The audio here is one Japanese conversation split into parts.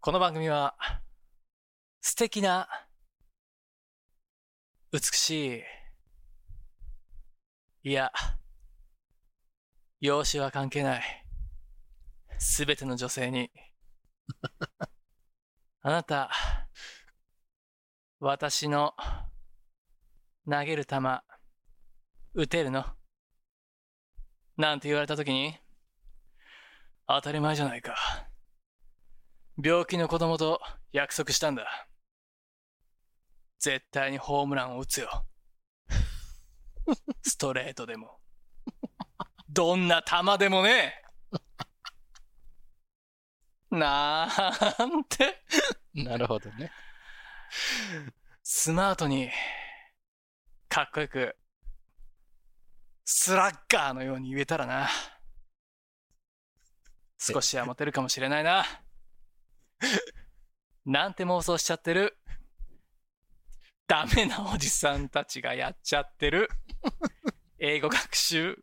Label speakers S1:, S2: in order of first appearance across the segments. S1: この番組は、素敵な、美しい、いや、容姿は関係ない、すべての女性に、 あなた、私の、投げる球、打てるのなんて言われたときに、当たり前じゃないか。病気の子供と約束したんだ。絶対にホームランを打つよ。ストレートでも。どんな球でもね。なんて、
S2: なるほどね。
S1: スマートに、かっこよく、スラッガーのように言えたらな。少しはモテるかもしれないな。なんて妄想しちゃってる。ダメなおじさんたちがやっちゃってる。英語学習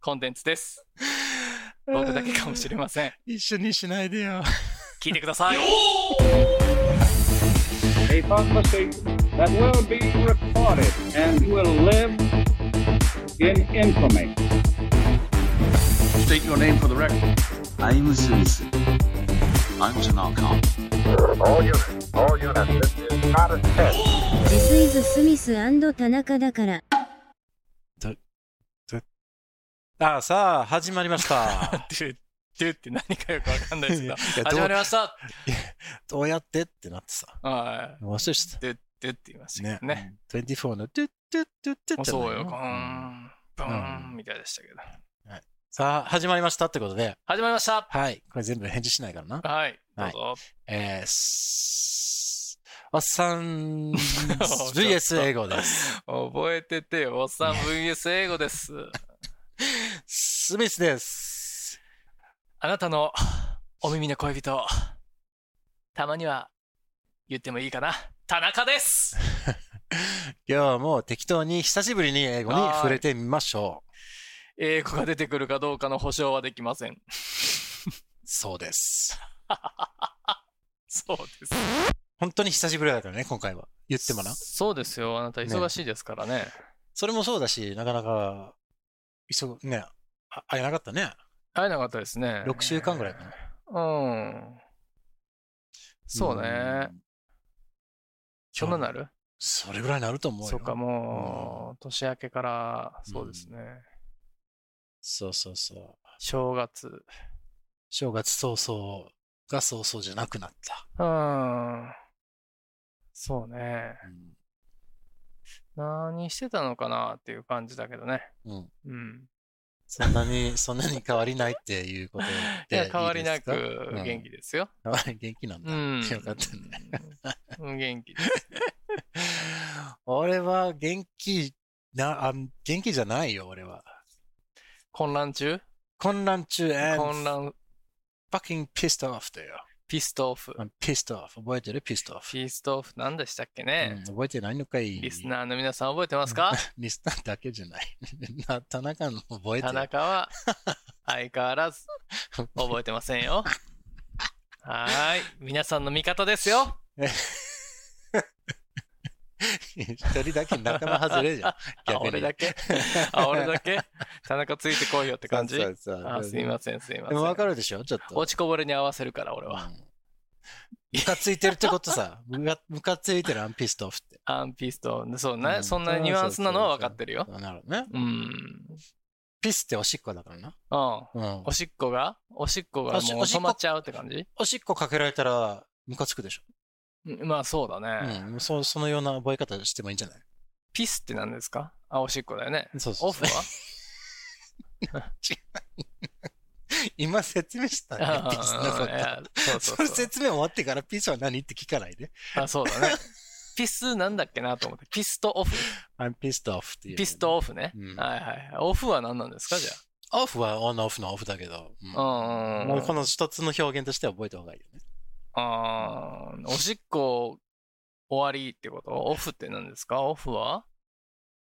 S1: コンテンツです。僕だけかもしれません。
S2: 一緒にしないでよ。
S1: 聞いてください。
S3: a prophecy that will be recorded and will live in infamy.
S4: State your name for the record.
S5: I'm Smith. I'm Tanaka.
S6: All units, all units, this is not a test.
S7: ジスイズ・スミス田中だから。
S2: ああ、さあ、始まりました。
S1: ドゥッドゥって何かよくわ かんないです
S2: い
S1: が
S2: や。
S1: 始
S2: ど
S1: ま
S2: う
S1: りました。
S2: どうやってってなってさ。
S1: はい。
S2: 忘れて。
S1: ドゥッドゥって言いましたたけど
S2: ね。
S1: ね。
S2: うん24のトゥットゥットゥットゥ
S1: もう
S2: ッじゃ
S1: そ
S2: ないの
S1: うよ。う
S2: うん
S1: ん。ブーンみたいでしたけど。
S2: さあ、始まりましたってことで。
S1: 始まりました。
S2: はい。これ全部返事しないからな。
S1: はい。どうぞ。
S2: えー、すおっさん
S1: と
S2: VS 英語です。
S1: 覚えててよ。おっさん VS 英語です。
S2: スミスです。
S1: あなたのお耳の恋人、たまには言ってもいいかな。田中です。
S2: 今日も適当に久しぶりに英語に触れてみましょう。
S1: 英語が出てくるかどうかの保証はできません。
S2: そうです。
S1: そうです。
S2: 本当に久しぶりだからね、今回は。言ってもな。
S1: そうですよ。あなた忙しいですからね。
S2: それもそうだし、なかなか、急ぐ、ね、あ会えなかったね。
S1: 会えなかったですね。
S2: 6週間ぐらいかな。
S1: うん。そうね。
S2: ん。
S1: そんななる
S2: それぐらいになると思うよ。
S1: そうか、もう、年明けから、そうですね。
S2: そうそうそう。
S1: 正月。
S2: 正月早々が早々じゃなくなった。
S1: うん。そうね。
S2: うん
S1: 何してたのかなっていう感じだけどね。
S2: うん。
S1: うん。
S2: そんなに、 そんなに変わりないっていうことで
S1: いや、変わりなく
S2: いいですか
S1: 元気ですよ。
S2: うん変わり元気なんだ。
S1: うん。
S2: よかったね。
S1: うん。元気です。
S2: 俺は元気なあ、元気じゃないよ、俺は。
S1: 混乱中
S2: 混乱中、and
S1: 混乱、
S2: fucking pissed off だよ。
S1: ピストオフ。
S2: I'm pissed off. 覚えてる ?pissed off、
S1: ピストオフ何でしたっけ
S2: うん
S1: ね、
S2: 覚えてないのかい
S1: リスナーの皆さん覚えてますか
S2: リスナーだけじゃない。 な田中の覚えて
S1: 田
S2: る。
S1: 中 は相変わらず覚えてませんよ。はーい。皆さんの味方ですよ。
S2: 一人だけ仲間外れじゃん。
S1: あ、
S2: 逆に
S1: 俺だ け。あ、俺だけ。田中ついてこいよって感じ。
S2: そうそうそう
S1: あ、すいません、すいません。
S2: でも分かるでしょちょっと。
S1: 落ちこぼれに合わせるから、俺は。
S2: うんムカついてるってことさ。ムカムカついてるアンピストオフって。
S1: アンピスト、そう
S2: う
S1: ね。
S2: ん
S1: そんなニュアンスなのは分かってるよ。
S2: なるほどね。
S1: うん。うん。
S2: ピスっておしっこだからな。うん。
S1: おしっこがおしっこが
S2: おし
S1: もう
S2: おしっ
S1: 止
S2: こ
S1: まっちゃうって感じ
S2: おしっこかけられたらムカつくでしょ。
S1: うんまあそうだ
S2: う
S1: ね。
S2: ん。そそのような覚え方してもいいんじゃない
S1: ピスって何ですかあ、おしっこだよね。
S2: そうそう
S1: オフは
S2: 今説明したね。 ピスの こ
S1: うんいやそう
S2: と。
S1: そ
S2: そうれ
S1: そう。
S2: 説明終わってからピスは何って聞かないで。
S1: あ、そうだね。ピスなんだっけなと思って。ピストオフ。
S2: I'm pissed off っていう。
S1: ピストオフね。
S2: うん
S1: はいはいはい。オフは何なんですかじゃ
S2: オフはオンオフのオフだけど、うん
S1: あ。うんうんうん。
S2: もうこの一つの表現としては覚えた方がいいよね。
S1: あーおしっこ終わりってことオフって何ですかオフは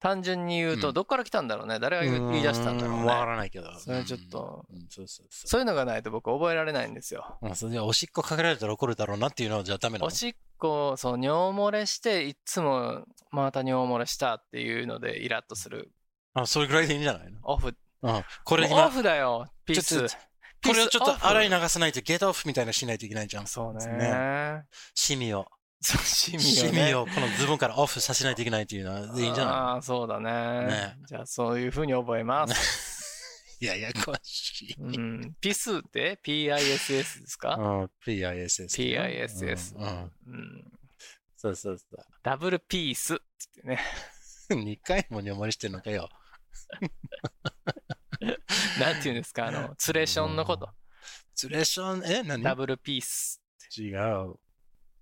S1: 単純に言う
S2: う
S1: と、
S2: ん
S1: どっから来たんだろうね。誰が言い出したんだろう
S2: ーわか
S1: ね。
S2: らないけど。
S1: それちょっと
S2: うん。うんそうそうそ
S1: そういうのがないと僕覚えられないんですよ。
S2: う。うん、それでおしっこかけられたら怒るだろうなっていうのはじゃあダメなの
S1: おしっこ、そう、尿漏れして、いっつもまた尿漏れしたっていうのでイラッとする。
S2: あ、それぐらいでいいんじゃないの
S1: オフ。
S2: うん。これ
S1: もうオ
S2: 今、
S1: フだよ、ピー
S2: ちょ
S1: ス
S2: っ。これをちょっ
S1: ピースオ
S2: と
S1: フ
S2: 洗い流さないとゲートオフみたいなのしないといけないじゃん。
S1: そう
S2: です
S1: ね。
S2: シミを。
S1: そう、シミをね。
S2: シミをこのズボンからオフさせないといけないっていうのはいいんじゃな
S1: ああ、そうだね。
S2: ね
S1: じゃあ、そういうふうに覚えます。
S2: いい や、ややこしい。
S1: うん。ピスって ?PISS ですか、
S2: うん、PISS。
S1: ?PISS
S2: う。んうん。
S1: うん
S2: そうそうそ
S1: ダブルピースっつってね。
S2: う。2回も尿漏れしてんのかよ。
S1: なんて言うんですかあの、ツレションのこと。
S2: ツレーション、え何
S1: ダブルピース。
S2: 違う。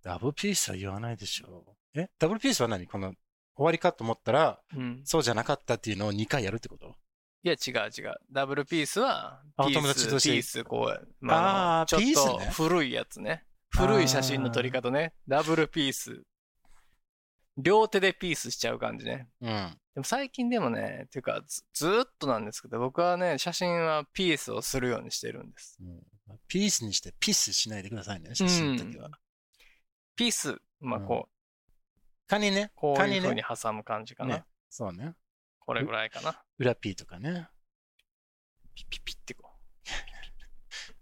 S2: ダブルピースは言わないでしょ。えダブルピースは何この終わりかと思ったら、
S1: うん。
S2: そうじゃなかったっていうのを2回やるってこと
S1: いや、違う違う。ダブルピースは、
S2: あ
S1: ピース、
S2: 友達として
S1: ピース、こう、まあ、
S2: あー
S1: ちょっ
S2: ピース
S1: と
S2: ね
S1: 古いやつね。古い写真の撮り方ね。ダブルピース。両手でピースしちゃう感じね。
S2: うん。
S1: でも最近でもね、っていうかず、ずーっとなんですけど、僕はね、写真はピースをするようにしてるんです。
S2: ピースにしてピースしないでくださいね、写真の時は。
S1: ピース、まあ
S2: うん
S1: こう、
S2: カニね。
S1: こ
S2: カ
S1: うい
S2: ニ
S1: う風に
S2: ね。
S1: 挟む感じかな。
S2: ねそうね。
S1: これぐらいかな。
S2: 裏ピーとかね。
S1: ピッピッピッってこ。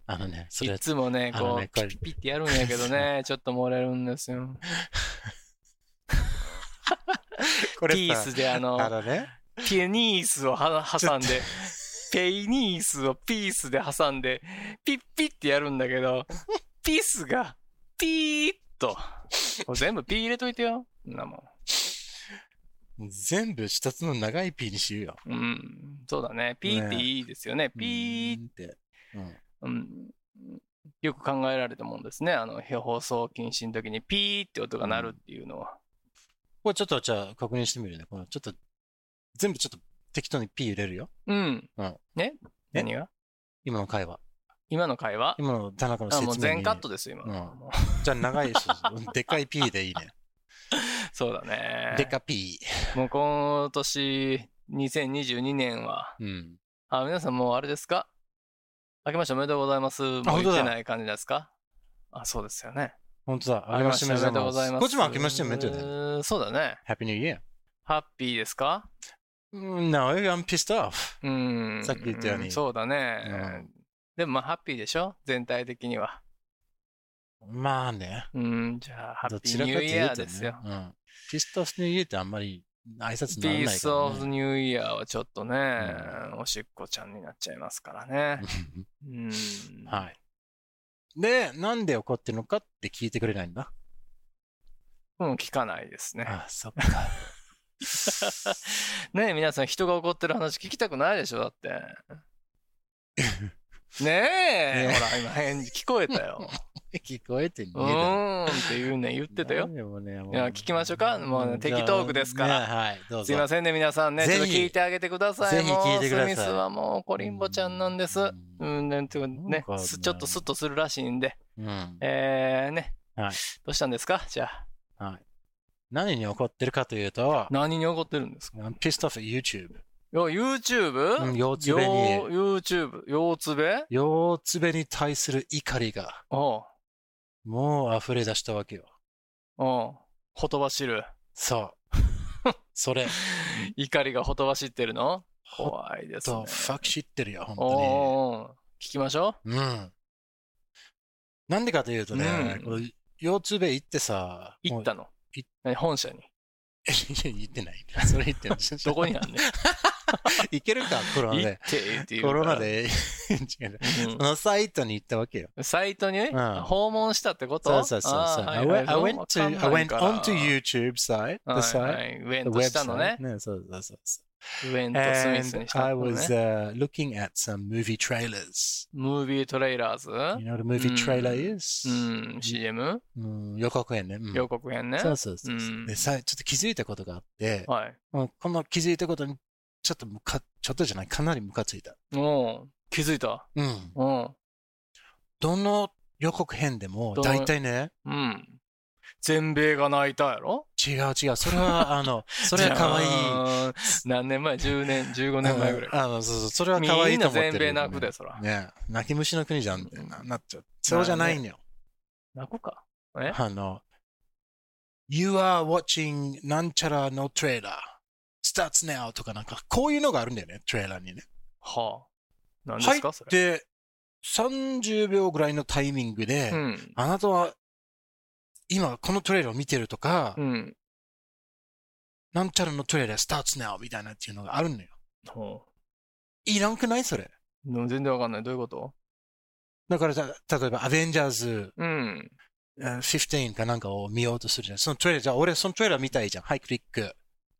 S2: あのね、そうれ
S1: いつもね、
S2: あ
S1: こ
S2: の
S1: う、
S2: ね
S1: ピ
S2: これ
S1: ッピッってやるんやけど ね、ちょっと漏れるんですよ。
S2: こ
S1: ピースであの、
S2: あのね。
S1: ペニースをは挟ん
S2: ち
S1: で、ペイニースをピースで挟んで、ピッピッってやるんだけ ど、ピースがピーッと。これ全部ピー入れといてよ。そんなもん。
S2: 全部一つの長いピーにしようよ。
S1: うん、そうだね。ピーっていいですよね。ピー、
S2: ーって。うん。
S1: うん、よく考えられたもんですね。あの、放送禁止の時にピーって音が鳴るっていうのは。
S2: これちょっとじゃあ確認してみるね。このちょっと、全部ちょっと適当にピー入れるよ。
S1: うん。
S2: うん
S1: ね何が
S2: 今の会話。
S1: 今の会話
S2: 今の田中の
S1: あ
S2: 説明
S1: もう
S2: に
S1: 全カットですよ、今の。
S2: うんじゃあ長い し、でっかい P でいいね。
S1: そうだね。
S2: でっか P。
S1: もう今年、2022年は、
S2: うん。
S1: あ、皆さんもうあれですか明けましておめでとうございます。もう
S2: 本
S1: 言
S2: 当
S1: っ
S2: だ
S1: てない感じですかあ、そうですよね。
S2: 本当だ。ありましておめでとうございます。こっちも明けましておめでとうございます。
S1: う。そうだね。
S2: Happy New Year.
S1: ハッピーですか
S2: Mm, No, I'm pissed off.
S1: うん。
S2: さっき言ったように
S1: んそうだね。でもまあ、ハッピーでしょ全体的には。
S2: まあね。
S1: うん、じゃあ、ハ
S2: ど
S1: ッピ
S2: ち
S1: ー
S2: ら
S1: ニ
S2: か
S1: ュ
S2: と
S1: ーイ
S2: い
S1: ヤ
S2: う
S1: ー
S2: と
S1: で
S2: ね
S1: すよ。。
S2: うん。pissed off New Year ってあんまり挨拶
S1: ピ
S2: になら
S1: ー
S2: ない
S1: ス
S2: か
S1: オ
S2: ら、
S1: ブ
S2: ね。
S1: ニューイヤーはちょっとね、おしっこちゃんになっちゃいますからね。うん。
S2: はい。で、なんで怒ってるのかって聞いてくれないんだ。
S1: もう聞かないですね。
S2: あそっか。
S1: ねえ、皆さん人が怒ってる話聞きたくないでしょだ って。ねえ、
S2: ねえ
S1: ほら、今返事聞こえた よ。
S2: 聞こえてん
S1: うーんっていうね、言ってたよ。
S2: でもね、もう
S1: いや聞きましょうかもうね
S2: ん
S1: 適当区ですから
S2: ねはい、どうぞ。
S1: すいませんね、皆さんね。ち
S2: ぜ
S1: ょ
S2: ひ
S1: っと聞いてあげてください。
S2: ぜひ聞いてくだ
S1: も
S2: さい
S1: うスミスはもうコリンボちゃんなんです。
S2: う
S1: うん、なんていうか
S2: なん
S1: ね
S2: か、ね
S1: すちょっとスッとするらしいんで。
S2: うん。
S1: えー、ね。
S2: はい
S1: どうしたんですかじゃあ。
S2: 何に怒ってるかというと、
S1: 何に怒ってるんですか
S2: I'm pissed off at YouTube。
S1: いや YouTube?
S2: うん腰痛べに、
S1: よう YouTube? 腰つべ
S2: 腰つべに対する怒りが、
S1: おう
S2: もう溢れ出したわけよ。
S1: おうほとばしる。
S2: そう。それ、
S1: 怒りがほとばしってるの
S2: ほっ
S1: 怖いですね
S2: と、。ファク知ってるよ、
S1: おう
S2: 本
S1: おうおう聞きましょ
S2: 当に。うん。なんでかというとね、
S1: うん
S2: こう腰つべ行ってさ、
S1: う。行ったの
S2: い。
S1: 何本社に。
S2: もう いや言ってない。それ言ってない。
S1: どこにあ んねん。
S2: 行けるか、コロ
S1: 行
S2: ナ
S1: っ
S2: で。
S1: てっていうか
S2: コ
S1: ら。
S2: ロナで、 違う。そのサイトに行ったわけよ。
S1: うんサイトにね
S2: うん
S1: 訪問したってこと
S2: そうそうそうそう。
S1: あーは
S2: I
S1: いはい
S2: went, I
S1: はい
S2: went to, I went
S1: わかんない
S2: onto
S1: から
S2: YouTube side, the
S1: はいは
S2: site,
S1: い。ウェ
S2: the
S1: ンとしたのね
S2: website.。ね、そうそうそうそう。
S1: ウェンとスミスに
S2: And
S1: した
S2: I
S1: のね。
S2: was uh, looking at some movie trailers.
S1: ムービートレイラーズ
S2: You know what a movie trailer
S1: う
S2: is?
S1: ん、CM?
S2: うん予告編ね。うん
S1: 予告編ね。
S2: そうそうそう
S1: う
S2: そ
S1: ん
S2: う。でさ、ちょっと気づいたことがあって、
S1: はい。
S2: うんこの気づいたことに、ちょっとむか、ちょっとじゃない、かなりムカついた。
S1: おう気づいた。
S2: うん。
S1: うん。
S2: どの予告編でも、
S1: どの
S2: 大体ね、
S1: うん。全米が泣いたやろ
S2: 違違う違う。それは、あ の、それは可愛い。
S1: い。何年前 ?10 年、15年前ぐらい。
S2: あの、そうそう、それは可愛いと思ってる、
S1: みんな全米泣くでそら
S2: ね泣き虫の国じゃんみたいな、なっちゃう。そうじゃないのよ。
S1: 泣こうか。え
S2: あの、You are watching なんちゃらのトレーラー、starts now とかなんか、こういうのがあるんだよね、トレーラーにね。
S1: はあ。何で
S2: 入
S1: す
S2: っ
S1: かそれ。
S2: て、30秒ぐらいのタイミングで、
S1: うん。
S2: あなたは、今このトレーラーを見てるとか、
S1: うん。
S2: なんちゃらのトレーラー、starts now みたいなっていうのがあるのよ。
S1: ほ
S2: いらんくないそれ。
S1: うでも全然わかんない。どういうこと
S2: だからさ、例えば、アベンジャーズ
S1: うん。
S2: えー15かなんかを見ようとするじゃん。そのトレーラー、じゃあ俺そのトレーラー見たいじゃん。はい、クリック。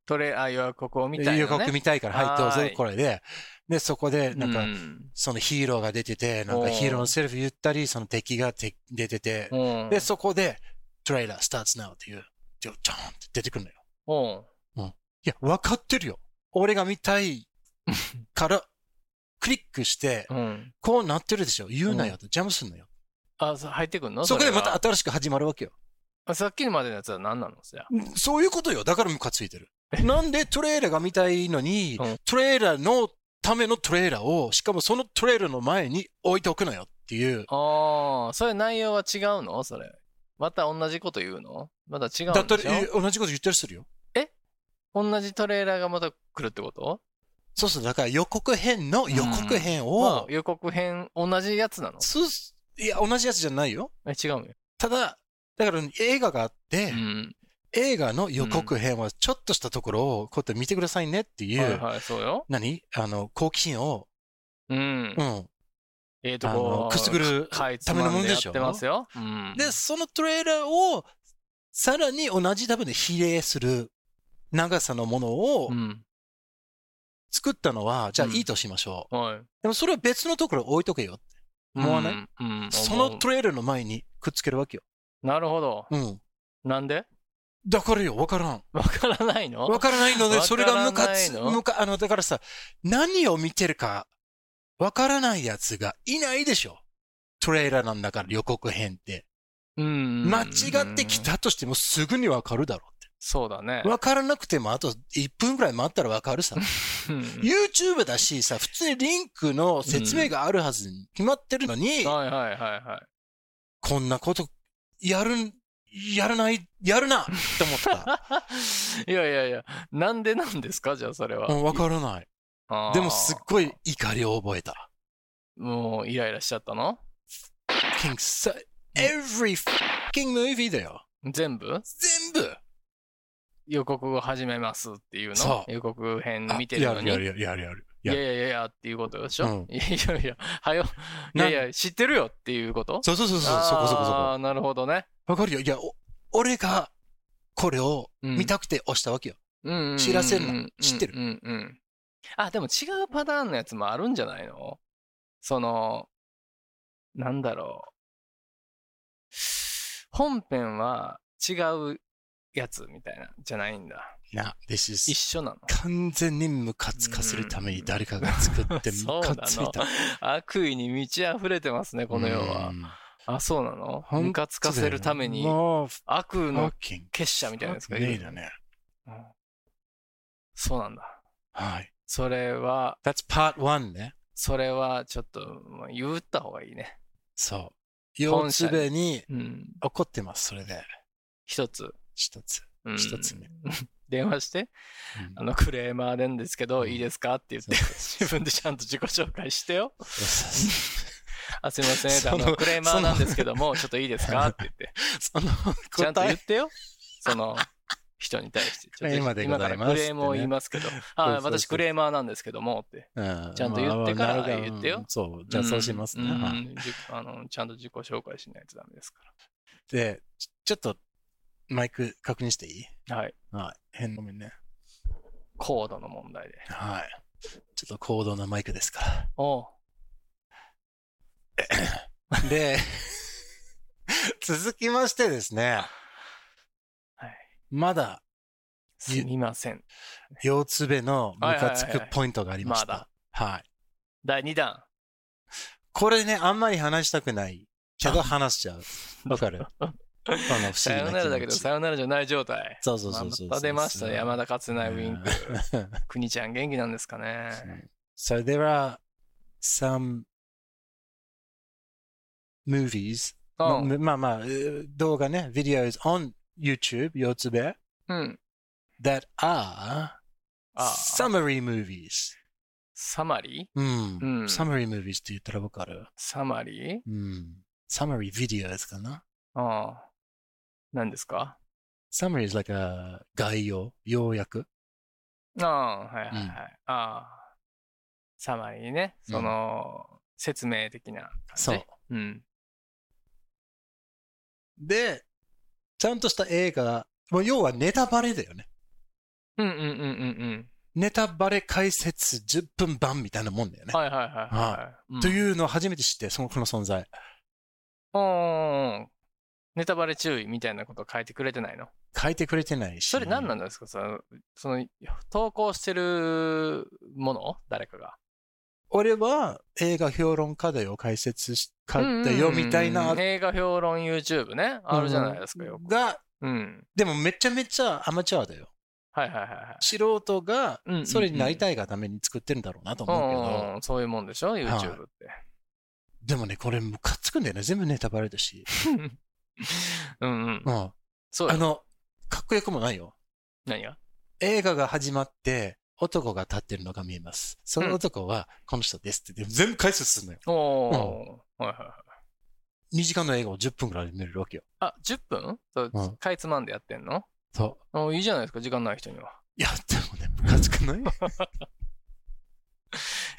S1: トレ、あ、予約こを見たい
S2: 予
S1: な、
S2: 告
S1: ね。
S2: 見たいから、
S1: は
S2: はい、どう
S1: ーい
S2: ぞ、これで。で、そこで、なんか、
S1: うん
S2: そのヒーローが出てて、なん
S1: おー
S2: かヒーローのセルフ言ったり、その敵がて出てて、
S1: うん。
S2: で、そこで、トレーラー、スターツナウっていう、ちょ、ちょんって出てくるのよ。
S1: うん。
S2: いや、わかってるよ。俺が見たいから、クリックして、
S1: うん。
S2: こうなってるでしょ。言うなよと、ジャムすんのよ。
S1: あ、そ入ってくんの
S2: そこでま
S1: れ
S2: た
S1: が
S2: 新しく始まるわけよ。
S1: あさっきまでのやつは何なのじゃあ
S2: うんそういうことよ。だからムカついてる。なんでトレーラーが見たいのに、
S1: うん
S2: トレーラーのためのトレーラーを、しかもそのトレーラーの前に置いておくのよっていう。
S1: ああ、それ内容は違うのそれ。また同じこと言うのまた違うん
S2: だった
S1: で
S2: ら、
S1: しょ
S2: え同じこと言ったりするよ。
S1: 同じトレーラーがまた来るってこと
S2: そうそう、だから予告編の予告編
S1: も
S2: を、
S1: う予告編同じやつなの
S2: そういや、同じやつじゃないよ。
S1: え、違うのよ。
S2: ただ、だから映画があって、
S1: うん。
S2: 映画の予告編はちょっとしたところを、こうやって見てくださいねっていう、
S1: はいはい、そうよ。
S2: 何あの、好奇心を、
S1: うん
S2: う。ん、
S1: ええと
S2: あ
S1: こ
S2: の、、くすぐる
S1: かいつ
S2: ため
S1: ま
S2: のも
S1: ん
S2: の
S1: で
S2: で
S1: や
S2: しょ
S1: ってますよ。うん。
S2: で、そのトレーラーを、さらに同じ多分ね、比例する長さのものを
S1: うん。
S2: 作ったのは、じゃあ
S1: うん
S2: いいとしましょう。
S1: はい。
S2: でもそれは別のところに置いとけよ。思わない
S1: うんうん。
S2: そ
S1: 思
S2: の
S1: う
S2: トレーラーの前にくっつけるわけよ。
S1: なるほど。
S2: うん。
S1: なんで
S2: だからよ、わからん。
S1: わからないの
S2: わからないので、
S1: わか
S2: そ
S1: ら
S2: れ
S1: ない
S2: が
S1: の
S2: ムカつ、ムカ、あの、だからさ、何を見てるか、わからないやつがいないでしょ。トレーラーなんだから予告編って。
S1: うん。
S2: 間違ってき。たとしてもすぐにわかるだろう
S1: そうだね
S2: って。。わからなくてもあと1分くらい待ったらわかるさ。
S1: うん
S2: YouTube だしさ、普通にリンクの説明があるはずに決まってるのに、
S1: はいはいはいはい。
S2: こんなこと、やるん、やらない、やるなって思った。
S1: い やいやいや、なんでなんですかじゃあそれは。
S2: うんわからない。
S1: あー
S2: でもすっごい怒りを覚えた。
S1: もうイライラしちゃったの
S2: fucking so- every fucking movie だよ。
S1: 全部
S2: 全部
S1: 予告を始めますっていうの
S2: そう
S1: 予告編
S2: あ
S1: 見てるのに。
S2: やるやるやるやる
S1: い
S2: や
S1: や
S2: る
S1: い。やいやいやっていうことでしょ、
S2: うん
S1: いやいやいや、はよ。い
S2: な
S1: やいや、知ってるよっていうこと
S2: そうそうそうそう、そこそこ
S1: あ
S2: そこ。
S1: あ、なるほどね。
S2: わかるよ。いや、お俺がこれを見たくて押したわけよ。
S1: うんうんうんうん
S2: 知らせるな知ってる
S1: うんうんうん。あ、でも違うパターンのやつもあるんじゃないのその、なんだろう。本編は違うやつみたいな、じゃないんだ。
S2: な、this
S1: 一
S2: is
S1: 緒 なの。
S2: 完全にムカつかせるために誰かが 作って
S1: うん
S2: ムカついた。
S1: 悪意に満ち溢れてますね、この世は
S2: う。ん
S1: あ、そうなの
S2: ほんとだよ
S1: ムカつかせるために
S2: もう、
S1: 悪の
S2: fucking
S1: 結社みたいなやつがい
S2: ねえ
S1: る。
S2: だね。
S1: うんそうなんだ。
S2: はい。
S1: それは、
S2: That's part one ね。
S1: それはちょっともう言った方がいいね。
S2: そう。四つ目に
S1: うん。
S2: 怒ってます、それで。
S1: 一つ。
S2: 一つ。
S1: うん
S2: 一つ目。
S1: 電話して、
S2: うん
S1: あのクレーマーなんですけど、
S2: うん
S1: いいですかって言って、自分でちゃんと自己紹介してよ。
S2: そうそうそう
S1: あ、すいません、あ
S2: その
S1: のクレーマーなんですけども、ちょっといいですかって言って、
S2: その
S1: ちゃんと
S2: 答
S1: 言っ
S2: え、
S1: てよ。その人に対して。ちょっと
S2: クレーマーで
S1: 今
S2: ご
S1: か
S2: ざ
S1: ら
S2: います
S1: クレームを言いますけど、
S2: そうそ
S1: あ
S2: う、そう
S1: 私クレーマーなんですけどもって。
S2: うん
S1: ちゃんと言ってから
S2: まあまあ
S1: 言ってよ
S2: うんそう、じゃあそうしますね。
S1: うん
S2: は
S1: う
S2: い
S1: んじあのちゃんと自己紹介しないとダメですか
S2: で、ちちょっとマイク確認していい
S1: ら。はい。
S2: はい。変ごめんね。
S1: コードの問題で。
S2: はい。ちょっと高度なマイクですか
S1: おう
S2: ら。で、 続きましてですね、
S1: はい
S2: まだ
S1: すみません。
S2: 四つ目のムカつ
S1: はいはい
S2: く
S1: はい
S2: ポイントがありまし
S1: まだ
S2: た。はい。
S1: 第2弾。
S2: これね、あんまり話したくないけど話しちゃう。わかるあの、不
S1: さ
S2: 思議
S1: よなら
S2: な
S1: だ
S2: 気
S1: け
S2: 持
S1: ど、
S2: ち
S1: さ。よならじゃない状態。
S2: そうそうそうそう
S1: また出ましたね。山田勝
S2: う
S1: 成
S2: ん
S1: ウィンク。国ちゃん元気なんですかね。
S2: so there are some movies.
S1: う
S2: ま
S1: ん。
S2: まあまあ、えー動画ね、videos on YouTube, 四つ部
S1: うん。
S2: that are
S1: あ、
S2: summary movies.
S1: サマリー
S2: うん。
S1: うん
S2: summary movies って言ったらわかる。
S1: サマリー
S2: うん。summary videos かな。
S1: ああ。何ですか
S2: summary is like a 概要、要約。
S1: ああ、はいはいはい。
S2: うん
S1: ああ。サマリーね。その、説明的な感じ。
S2: そう。。
S1: うん。
S2: で、ちゃんとした映画、もう要はネタバレだよね。
S1: うんうんうんうん
S2: ネタバレ解説10分版みたいなもんだよ
S1: う
S2: ね
S1: ん。。はいはいはいはい。
S2: と
S1: うん。
S2: いうのを初めて知って、その、この存在。
S1: うんうんうんネタバレ注意みたいなこと書いてくれてないの
S2: 書いてくれてないし。
S1: それ何なんんですかそのその投稿してるもの誰かが。
S2: 俺は映画評論家だよ、解説し家だよ、みたい
S1: うんうん
S2: な
S1: うん。映画評論 YouTube ね。あるじゃないですかよく。
S2: が、
S1: うん。
S2: でもめちゃめちゃアマチュアだよ。
S1: はいはいはいはい。
S2: 素人が
S1: うんうんうん
S2: それになりたいがために作ってるんだろうなと
S1: う
S2: 思うけど、
S1: んうんうん、そういうもんでしょ ?YouTube って。
S2: でもね、これムカつくんだよね。全部ネタバレだし。
S1: うんうん
S2: う。ん。
S1: そう
S2: あ
S1: よ。
S2: の、かっこよくもないよ。
S1: 何が
S2: 映画が始まって、男が立ってるのが見えます。その男は、この人ですって言って、全部解説するのよ。
S1: おおー、はいはいはい。
S2: 2時間の映画を10分くらいで見れるわけよ。
S1: あ、10分そう
S2: うん
S1: かいつまんでやってんの
S2: そう。
S1: おいいじゃないですか、時間ない人には。
S2: いや、でもね、ムカつくない
S1: い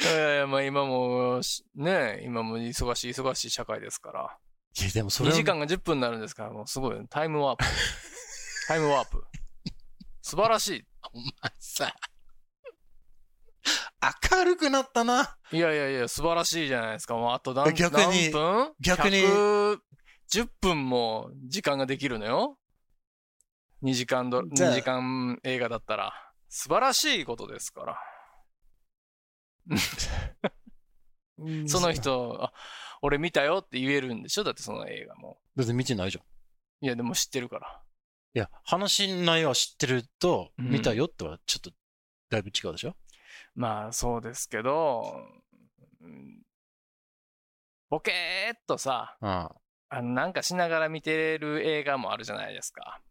S1: やいやいや、まあ今もし、ねえ、今も忙しい忙しい社会ですから。
S2: いや、でもそれ
S1: 2
S2: は
S1: 時間が10分になるんですから、もうすごいよね、タイムワープ。タイムワープ。素晴らし
S2: お前さ、明るくなったな。
S1: い。いやいやいや、素晴らしいじゃないですか。もうあと何
S2: 逆
S1: 何
S2: に
S1: 分
S2: 逆に
S1: 100 10分も時間ができるのよ。2時間ど、
S2: じゃあ
S1: 2時間映画だったら。素晴らしいことですから。 その。人、あ、俺見たよって言えるんでしょだってその映画も。
S2: だって見てないじゃん。
S1: いや、でも知ってるから。
S2: いや、話の内容は知ってると、
S1: うん
S2: 見たよってはちょっと、だいぶ違うでしょ
S1: まあそうですけど、うんボケーっとさ
S2: うん。
S1: あのなんかしながら見てる映画もあるじゃないですか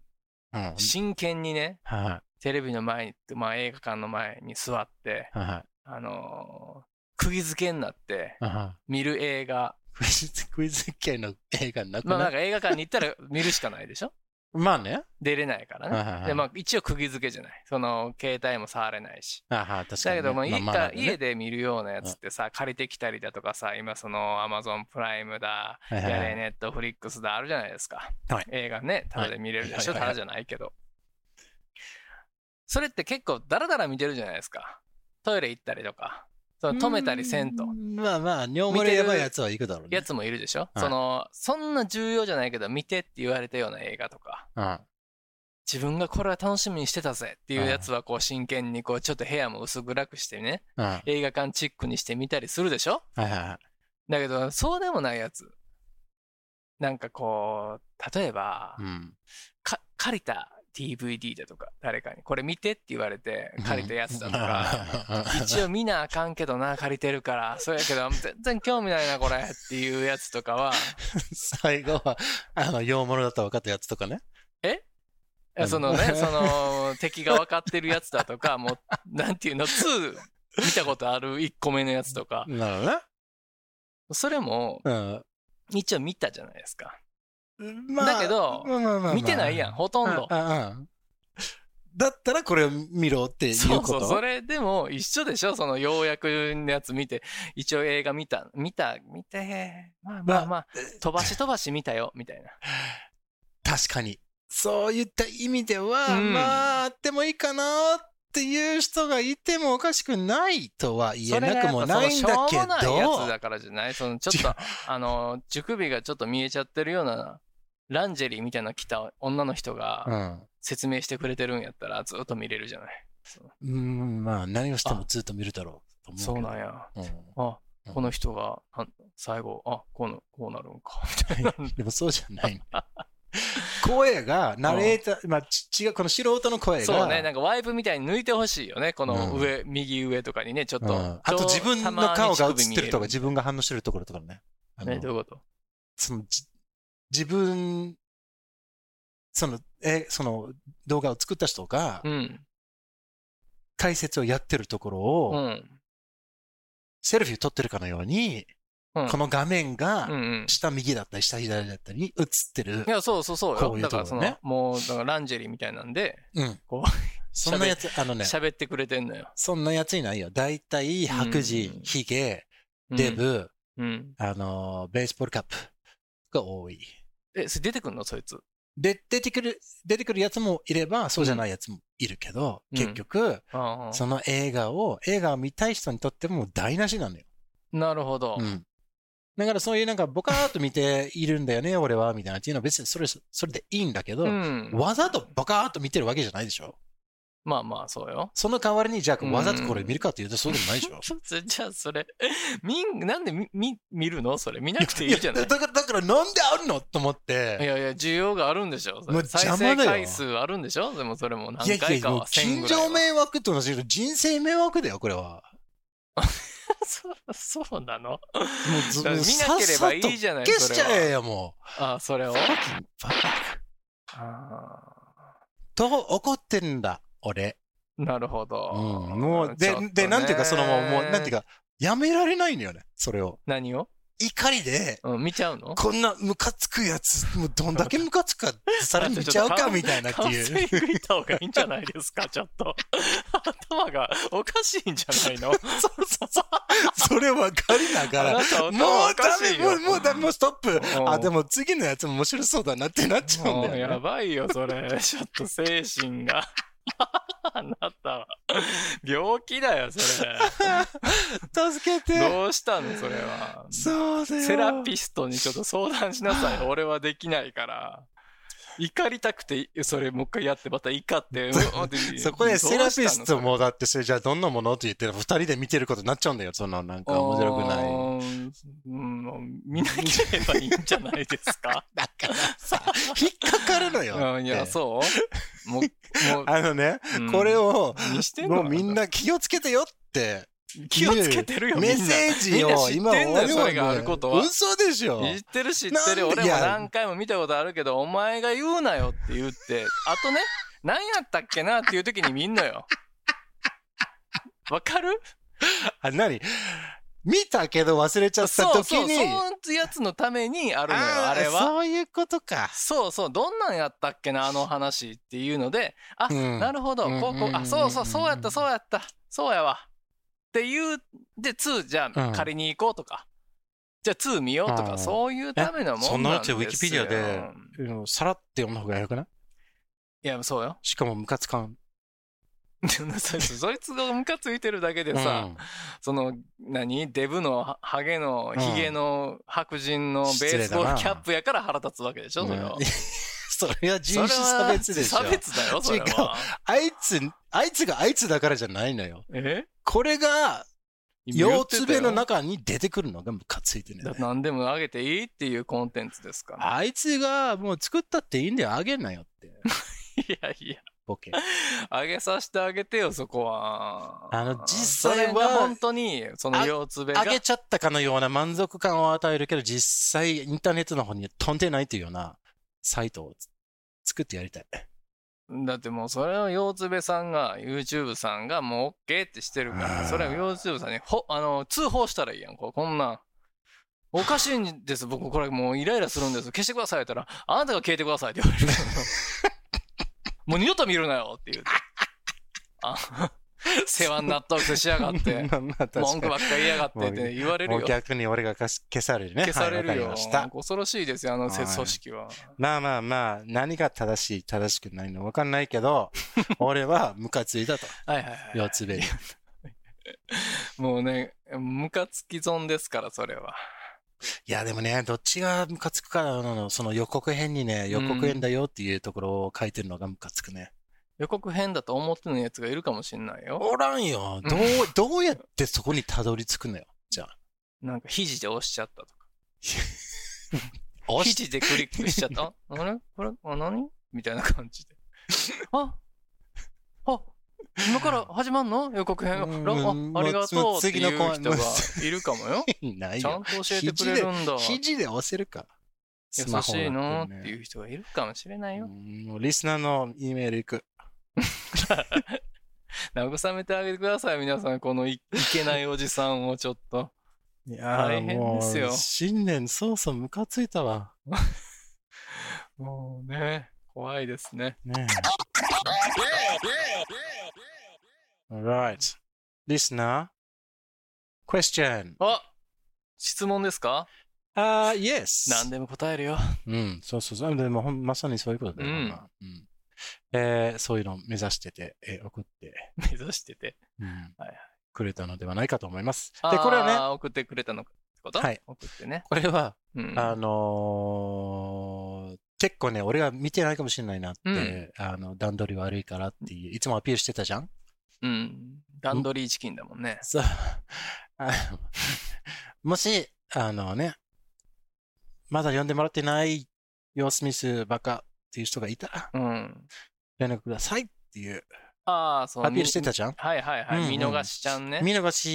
S2: うん。はい
S1: 真剣にね
S2: は
S1: テレビの前に、まあ、映画館の前に座って
S2: い。はい
S1: あのー釘付けになって
S2: はい。
S1: 見る映画
S2: クイズ、クイズ系の映画なく
S1: まあな
S2: な
S1: ん
S2: い
S1: か映画館に行ったら見るしかないでしょ
S2: まあね。
S1: 出れないからね、
S2: はいはいはい
S1: でまあ一応釘付けじゃないその携帯も触れないし
S2: あ
S1: だ
S2: は確かにね、
S1: けど、まあ、家か
S2: 学んでね
S1: 家で見るようなやつってさ、借りてきたりだとかさ、今そのアマゾンプライムだ、
S2: はいはいはい
S1: やれネットフリックスだあるじゃないですか。
S2: はい
S1: 映画ね、ただで見れるでしょ、
S2: はい
S1: た
S2: はいは
S1: だ
S2: い
S1: じゃないけど。それって結構ダラダラ見てるじゃないですか。トイレ行ったりとか、その止めたりせんと
S2: う。まあまあ、尿漏れやばいやつは行くだろうね。
S1: やつもいるでしょ、
S2: はい
S1: そのそんな重要じゃないけど見てって言われたような映画とか
S2: うん。
S1: 自分がこれは楽しみにしてたぜっていうやつはこう真剣にこうちょっと部屋も薄暗くしてね
S2: うん。はい
S1: 映画館チックにして見たりするでしょ
S2: はいはい。
S1: だけど、そうでもないやつ。なんかこう、例えば、
S2: うん。
S1: か借りた DVD だとか、誰かに、これ見てって言われて、借りたやつだとか、 一応見なあかんけどな、借りてるから、そうやけど、全然興味ないな、これっていうやつとかは、
S2: 最後は、あの、洋物だと分かったやつとかね。うん
S1: そのね、その、敵が分かってるやつだとか、もう、なんていうの、2見たことある1個目のやつとか、
S2: なるほどね
S1: それも、
S2: うん。
S1: 一応見たじゃないですか。
S2: まあ
S1: だけど
S2: まあまあまあまあ
S1: 見てないやん、ほとんど。
S2: あああだったらこれを見ろっていう
S1: そう
S2: こと
S1: そう、それでも一緒でしょそのようやくのやつ見て、一応映画見た、見た、見て、まあまあまあ、飛ばし飛ばし見たよ、みたいな。
S2: 確かに。そういった意味では、
S1: うん
S2: まあ、あってもいいかなっていう人がいてもおかしくないとは言えなくもないんだけ
S1: それがやっぱそのしょうもないやつ
S2: ど、
S1: だからじゃないそのちょっと、あの、乳首がちょっと見えちゃってるような、ランジェリーみたいなの着た女の人が説明してくれてるんやったらずっと見れるじゃない。
S2: うん、うん、まあ、何をしてもずっと見るだろうと思うけ
S1: そ
S2: ど。
S1: うなんや。
S2: うん
S1: あ
S2: う、ん
S1: この人が、あ最後、あ、こうなこうなるんか、みたいな。
S2: でもそうじゃない。声が、ナレー ター、まあ、ち違う、この素人の声が。
S1: そうね、なんかワイプみたいに抜いてほしいよね、この
S2: うん
S1: 上、右上とかにね、ちょっ
S2: う
S1: と。
S2: ん、あと自分の顔が映ってるとか、自分が反応してるところとかね。あ
S1: 分
S2: の
S1: ね、どういうこと
S2: そのじ自分、その、え、その動画を作った人が
S1: うん。
S2: 解説をやってるところを、
S1: うん。
S2: セルフィーを撮ってるかのように、
S1: うん
S2: この画面
S1: うんう
S2: が
S1: ん。
S2: 下右だったり下左だったりに映ってる
S1: い。や、そうそうそうよ。
S2: こういう
S1: だ
S2: とこ
S1: か
S2: ろ
S1: ら、
S2: ね
S1: その、もう、だからランジェリーみたいなんで、
S2: うん
S1: こ
S2: そんなやつ、あのね、
S1: 喋ってくれてんのよ。
S2: そんなやついないよ。だいたい白
S1: うん
S2: 人、ヒゲ、デブ、
S1: うん。うん。
S2: あのー、ベースボールカップが多い。
S1: え、それ出てくんのそいつ。
S2: で、出てくる、出てくるやつもいれば、そうじゃないやつもいるけど、
S1: うん
S2: 結局、
S1: ああ
S2: その映画を、映画を見たい人にとってもう台無しなのよ。
S1: なるほど。
S2: うんだからそういうなんかボカーっと見ているんだよね、俺は、みたいなっていうのは別にそれ、それでいいんだけど、
S1: うん。
S2: わざとボカーっと見てるわけじゃないでしょ。
S1: まあまあ、そうよ。
S2: その代わりに、じゃあわざとこれ見るかっていうとそうでもないでしょ。
S1: じゃあ、 それ、みん、なんでみ、み、見るのそれ、見なくていいじゃない
S2: やだから、だからなんであるのと思っ
S1: い
S2: て。
S1: やいや、需要があるんでしょ
S2: もう。
S1: 再
S2: 邪魔
S1: 生
S2: だよ
S1: 回数あるんでしょでもそれも何回か
S2: もう
S1: は1000
S2: 近
S1: ぐらいは
S2: 所迷惑と同じけど、人生迷惑だよ、これは。
S1: そうそうなの
S2: もうず
S1: だから見なければいいじゃない
S2: さっさと消しち
S1: それは
S2: ゃえよ、も
S1: あ、それを
S2: う。バキバカ
S1: あ
S2: と怒ってんだ、俺。
S1: ーなるほど。
S2: うん、もう、
S1: ち
S2: で
S1: ょっとね、
S2: で、なんていうか、その、もう、もうなんていうか、やめられないのよね、それを。
S1: 何を、
S2: 怒りで、
S1: うん、見ちゃうの
S2: こんなムカつくやつ、もうどんだけムカつくか、さらに見ちゃうか、みたいなって
S1: カウンセリ
S2: い
S1: ン
S2: う。
S1: グ行った方がいいんじゃないですか、ちょっと。 頭がおかしいんじゃないのそうそうそう。
S2: それわかりなが
S1: あ
S2: ら
S1: な、た頭
S2: もう
S1: おか
S2: ダ
S1: し
S2: メ
S1: いよ。
S2: もう、もうダメ、もうストップ
S1: ん。
S2: あ、でも次のやつも面白そうだなってなっちゃうん
S1: もう
S2: だ
S1: や
S2: よ、ね。
S1: ばいよ、それ。 ちょっと精神が。 あなたは。病気だよ、そ れ。
S2: 助けて。
S1: どうしたの、それは。
S2: そうだよ。
S1: セラピストにちょっと相談しなさ い。俺はできないから。怒りたくて、それもう一回やって、また怒 って、うんうんって
S2: そこでセラピスト。
S1: どう
S2: もだってそれじゃあどんなものって言ってる二人で見てることになっちゃうんだよ。そんななん
S1: した
S2: か
S1: の
S2: 面白くない。
S1: うんうん、見なければいいんじゃないですか。
S2: だから さ、引っかかるのよ。
S1: うん、いや、そうもう、もう、
S2: あのね、
S1: うん
S2: これを、
S1: にしてんの
S2: もうみんな気をつけてよって。
S1: 気をつけてるよ、みん
S2: メ
S1: な。
S2: ッセー
S1: み
S2: ジ
S1: んな知っ
S2: を
S1: てん
S2: 今
S1: だよ
S2: 俺
S1: それがあることは
S2: 嘘でしょ。
S1: 知ってる知ってる
S2: なんで
S1: 俺も
S2: いや
S1: 何回も見たことあるけどお前が言うなよって言ってあとね何やったっけなっていう時に見んのよわかる
S2: あ、何見たけど忘れちゃった
S1: そう
S2: 時
S1: そうそ
S2: に。
S1: のやつのためにあるのよ
S2: ー
S1: あれは
S2: そういうことか。
S1: そうそうどんなんやったっけ なあの話っていうのであ、
S2: うん
S1: なるほど
S2: うん
S1: こうこうあそうそうそうやったそうやったそうやわっていうで2じゃ
S2: う
S1: あ
S2: ん
S1: 仮に行こうとか、じゃあ2見ようと
S2: う
S1: か
S2: ん
S1: そういうためのもんなんですよ
S2: そんなうちウィキペディアでうんさらって読む方がよくない
S1: いやそうよ
S2: しかもムカつかん。
S1: でもそいつそいつがムカついてるだけでさ、その何デブのハハゲの
S2: うん
S1: ヒゲの白人のベースボールキャップやから腹立つわけでし
S2: う
S1: ょ
S2: ん
S1: それは。
S2: それは人種差別でしょ
S1: そ。れは差別だよそれは
S2: あいつ、あいつがあいつだからじゃないのよ。
S1: え
S2: これが、
S1: 今言
S2: 腰
S1: って
S2: つ
S1: たよ
S2: べの中に出てくるのがムカついてるん
S1: だ
S2: だよ
S1: っ
S2: ね
S1: て何でもあげていいっていうコンテンツですから、
S2: あいつがもう作ったっていいんだよ、あげんなよ って。
S1: いやいや
S2: ボケ。
S1: あげさせてあげてよそこは
S2: あの実際は
S1: それが本当にその腰痛べが
S2: あげちゃったかのような満足感を与えるけど、実際インターネットの方に飛んでないというようなサイトを作ってやり たい。
S1: だってもうそれをようつべさんが YouTube さんがもう OK ってしてるか
S2: う
S1: ら
S2: ん
S1: それを YouTube さんにほあの通報したらいいやんここんなんおかしいんです僕これもうイライラするんです消してくださいって言ったらあなたが消えてくださいって言 われるもう二度と見るなよって言うてあ世話になったくせしやがって
S2: まあまあ 確
S1: 文句ば
S2: か
S1: っかり言いやがってって言われ
S2: に。
S1: る
S2: もう
S1: よ
S2: 逆に俺が消す消されるね。
S1: 消される
S2: はい
S1: よ
S2: わかりました
S1: 恐ろしいですよあのせ
S2: はい
S1: 組織は
S2: まあまあまあ、何が正しい、正しくないのわかんない けど、俺はムカついたと。
S1: はいはいはい
S2: 四つ目に。
S1: もうねムカつき損ですからそれはい
S2: や、でもね、どっちがムカつくかなの、その予告編にね、予告編だよっていうところを書いてるのがムカつくね。
S1: 予告編だと思ってないやつがいるかもしんないよ。
S2: おらんよ。どう、どうやってそこにたどり着くのよ。じゃあ。
S1: なんか肘で押しちゃったとか。
S2: 押し
S1: 肘でクリックしちゃ った。ああれこれあ何みたいな感じで。ああ今から始まんの予告編。あ
S2: うん
S1: あありがとうっていう
S2: もう
S1: 人
S2: 次の
S1: が
S2: コ
S1: いるかもよ。
S2: ない
S1: ちゃ
S2: よ
S1: ん。と教えてくれるんだ。
S2: 肘で押せるか。ス
S1: 優
S2: マホ
S1: しいな
S2: だ
S1: ーって
S2: ね
S1: いう人がいるかもしれないよ。
S2: うんもうリスナーの E メール行く。
S1: 慰めてあげてください、皆さん。このいいけないおじさんをちょっと。
S2: いや
S1: 大
S2: ー
S1: 変
S2: も
S1: ですよ
S2: う新年早々ムカついたわ。
S1: もうね、怖いですね。
S2: ねえ。Alright. Listener, question.
S1: あ質問ですか
S2: Ah, yes.
S1: 何でも答える よ。
S2: うん、そうそうそう。でもほんまさにそういうことだよ、
S1: うん
S2: ほらうんえーそういうのを目指してて、えー送って、
S1: 目指してて。
S2: うん
S1: はいはい
S2: くれたのではないかと思います。で、これはね、
S1: ね。送ってくれたのかってこと
S2: はい。
S1: 送ってね。
S2: これは、
S1: うん。
S2: あのー結構ね、俺が見てないかもしれないなって、
S1: うん
S2: あの段取り悪いからっていう、いつもアピールしてたじゃん
S1: うん。段取りチキンだもんね。
S2: そう。あの もし、あのね、まだ呼んでもらってない、様子ミスバカっていう人がいたら、
S1: うん。
S2: 連絡くださいっていう、
S1: ああ、そう。
S2: アピールしてたじゃん
S1: はいはいはい。
S2: うんうん
S1: 見逃しちゃんね。
S2: 見逃し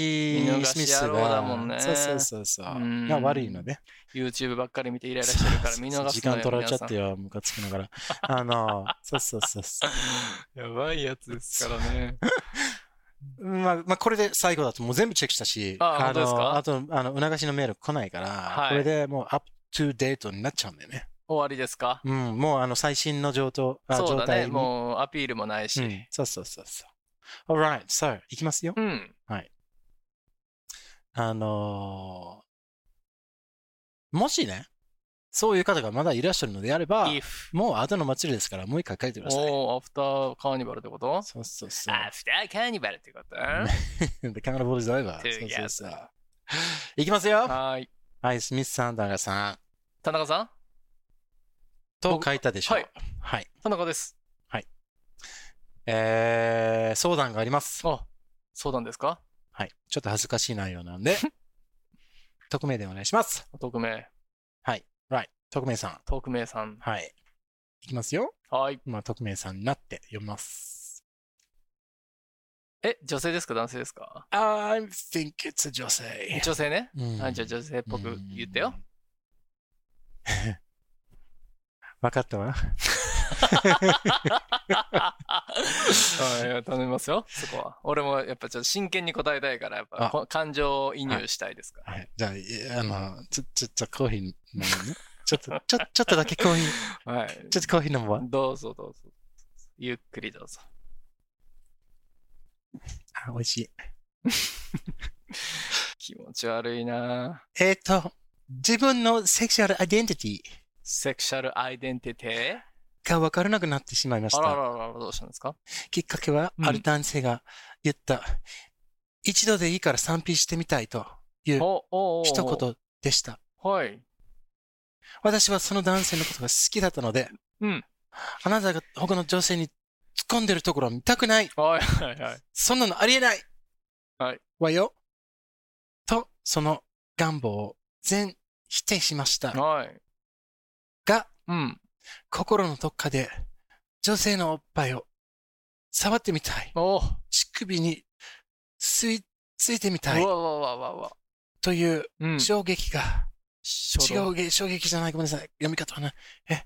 S1: 見逃し
S2: ミス
S1: 野郎
S2: が
S1: だもんね
S2: そうそうそうそう。
S1: うん
S2: が悪いので。
S1: YouTube ばっかり見てイライラしてるから見逃
S2: 時
S1: すのよ
S2: 間取られちゃって
S1: 皆
S2: よ、ムカつきながら。 あの、そうそうそうそ
S1: さん やばいやつですからね。
S2: う。まあ、まあ、これで最後だともう全部チェックしたし、
S1: あ本当ですか
S2: の、あと、あの、促しのメール来ないから、
S1: はい
S2: これでもうアップトゥデートになっちゃうんだよね。
S1: 終わりですか
S2: うん、もうあの、最新の状況、あ
S1: そう
S2: 状
S1: だね。
S2: 態に
S1: もうアピールもないし。
S2: うんそうそうそうそう。Alright, so, いきますよ。
S1: うん。
S2: あのーもしね、そういう方がまだいらっしゃるのであれば、
S1: if。
S2: もう後の祭りですから、もう一回書いてください。
S1: おお、アフターカーニバルってこと
S2: そうそうそう。
S1: アフターカーニバルってこと
S2: The carnival is over.
S1: そう
S2: そうそうそ
S1: や
S2: う。いきますよ。
S1: はーい。
S2: はい、スミスさん、ダガさん。
S1: 田中さん
S2: と
S1: 僕
S2: 書いたでしょう。
S1: はい
S2: はい。
S1: 田中です。
S2: えー、相談があります。
S1: あ、そうなんですか
S2: はい。ちょっと恥ずかしい内 容なんで、匿名でお願いします。
S1: 匿名、
S2: Right. 匿名さん。
S1: 匿名さん。
S2: はい。いきますよ。
S1: はい。
S2: まあ、匿名さんになって読みます。
S1: え、女性ですか男性ですか
S2: I think it's a 女性。
S1: 女性ね。
S2: うん
S1: あ、じゃあ女性っぽく言ってよ。。
S2: 分かった わ。
S1: はいいや、頼みますよ、そこは。俺もやっぱちょっと真剣に答えたいから、やっぱ
S2: あ
S1: こ感情を移入したいですから。
S2: はい。じゃあい、あの、ちょ、ちょ、ちょ、コーヒー飲むね。ちょっと、ちょ、ちょっとだけコーヒー、
S1: はい。
S2: ちょっとコーヒー飲むわ。
S1: どうぞどうぞ。ゆっくりどうぞ。
S2: あ、美味しい。
S1: 気持ち悪いなぁ
S2: えっ、ー、と、自分のセクシュアルアイデンティティ
S1: セクシャルアイデンティティ
S2: が分からなくなってしまいまし
S1: あらら
S2: た。
S1: らら、どうしたんですか
S2: きっかけは、
S1: うん
S2: ある男性が言った、一度でいいから賛否してみたいという
S1: おおお
S2: 一言でした。
S1: 言。はい。
S2: 私はその男性のことが好きだったので、
S1: うん
S2: あなたが他の女性に突っ込んでるところは見たくない。
S1: はいはいはい。
S2: そんなのありえない。
S1: はい。
S2: わよ。と、その願望を全否定しました。
S1: はい。
S2: が、
S1: うん。
S2: 心のどっかで女性のおっぱいを触ってみたい。
S1: おお。
S2: 乳首に吸い付いてみた
S1: う
S2: い
S1: わうわうわうわうわ。
S2: という
S1: うん。
S2: 衝撃が、
S1: 違
S2: 衝撃、衝撃じゃない。ごめんなさい。読み方はね。え、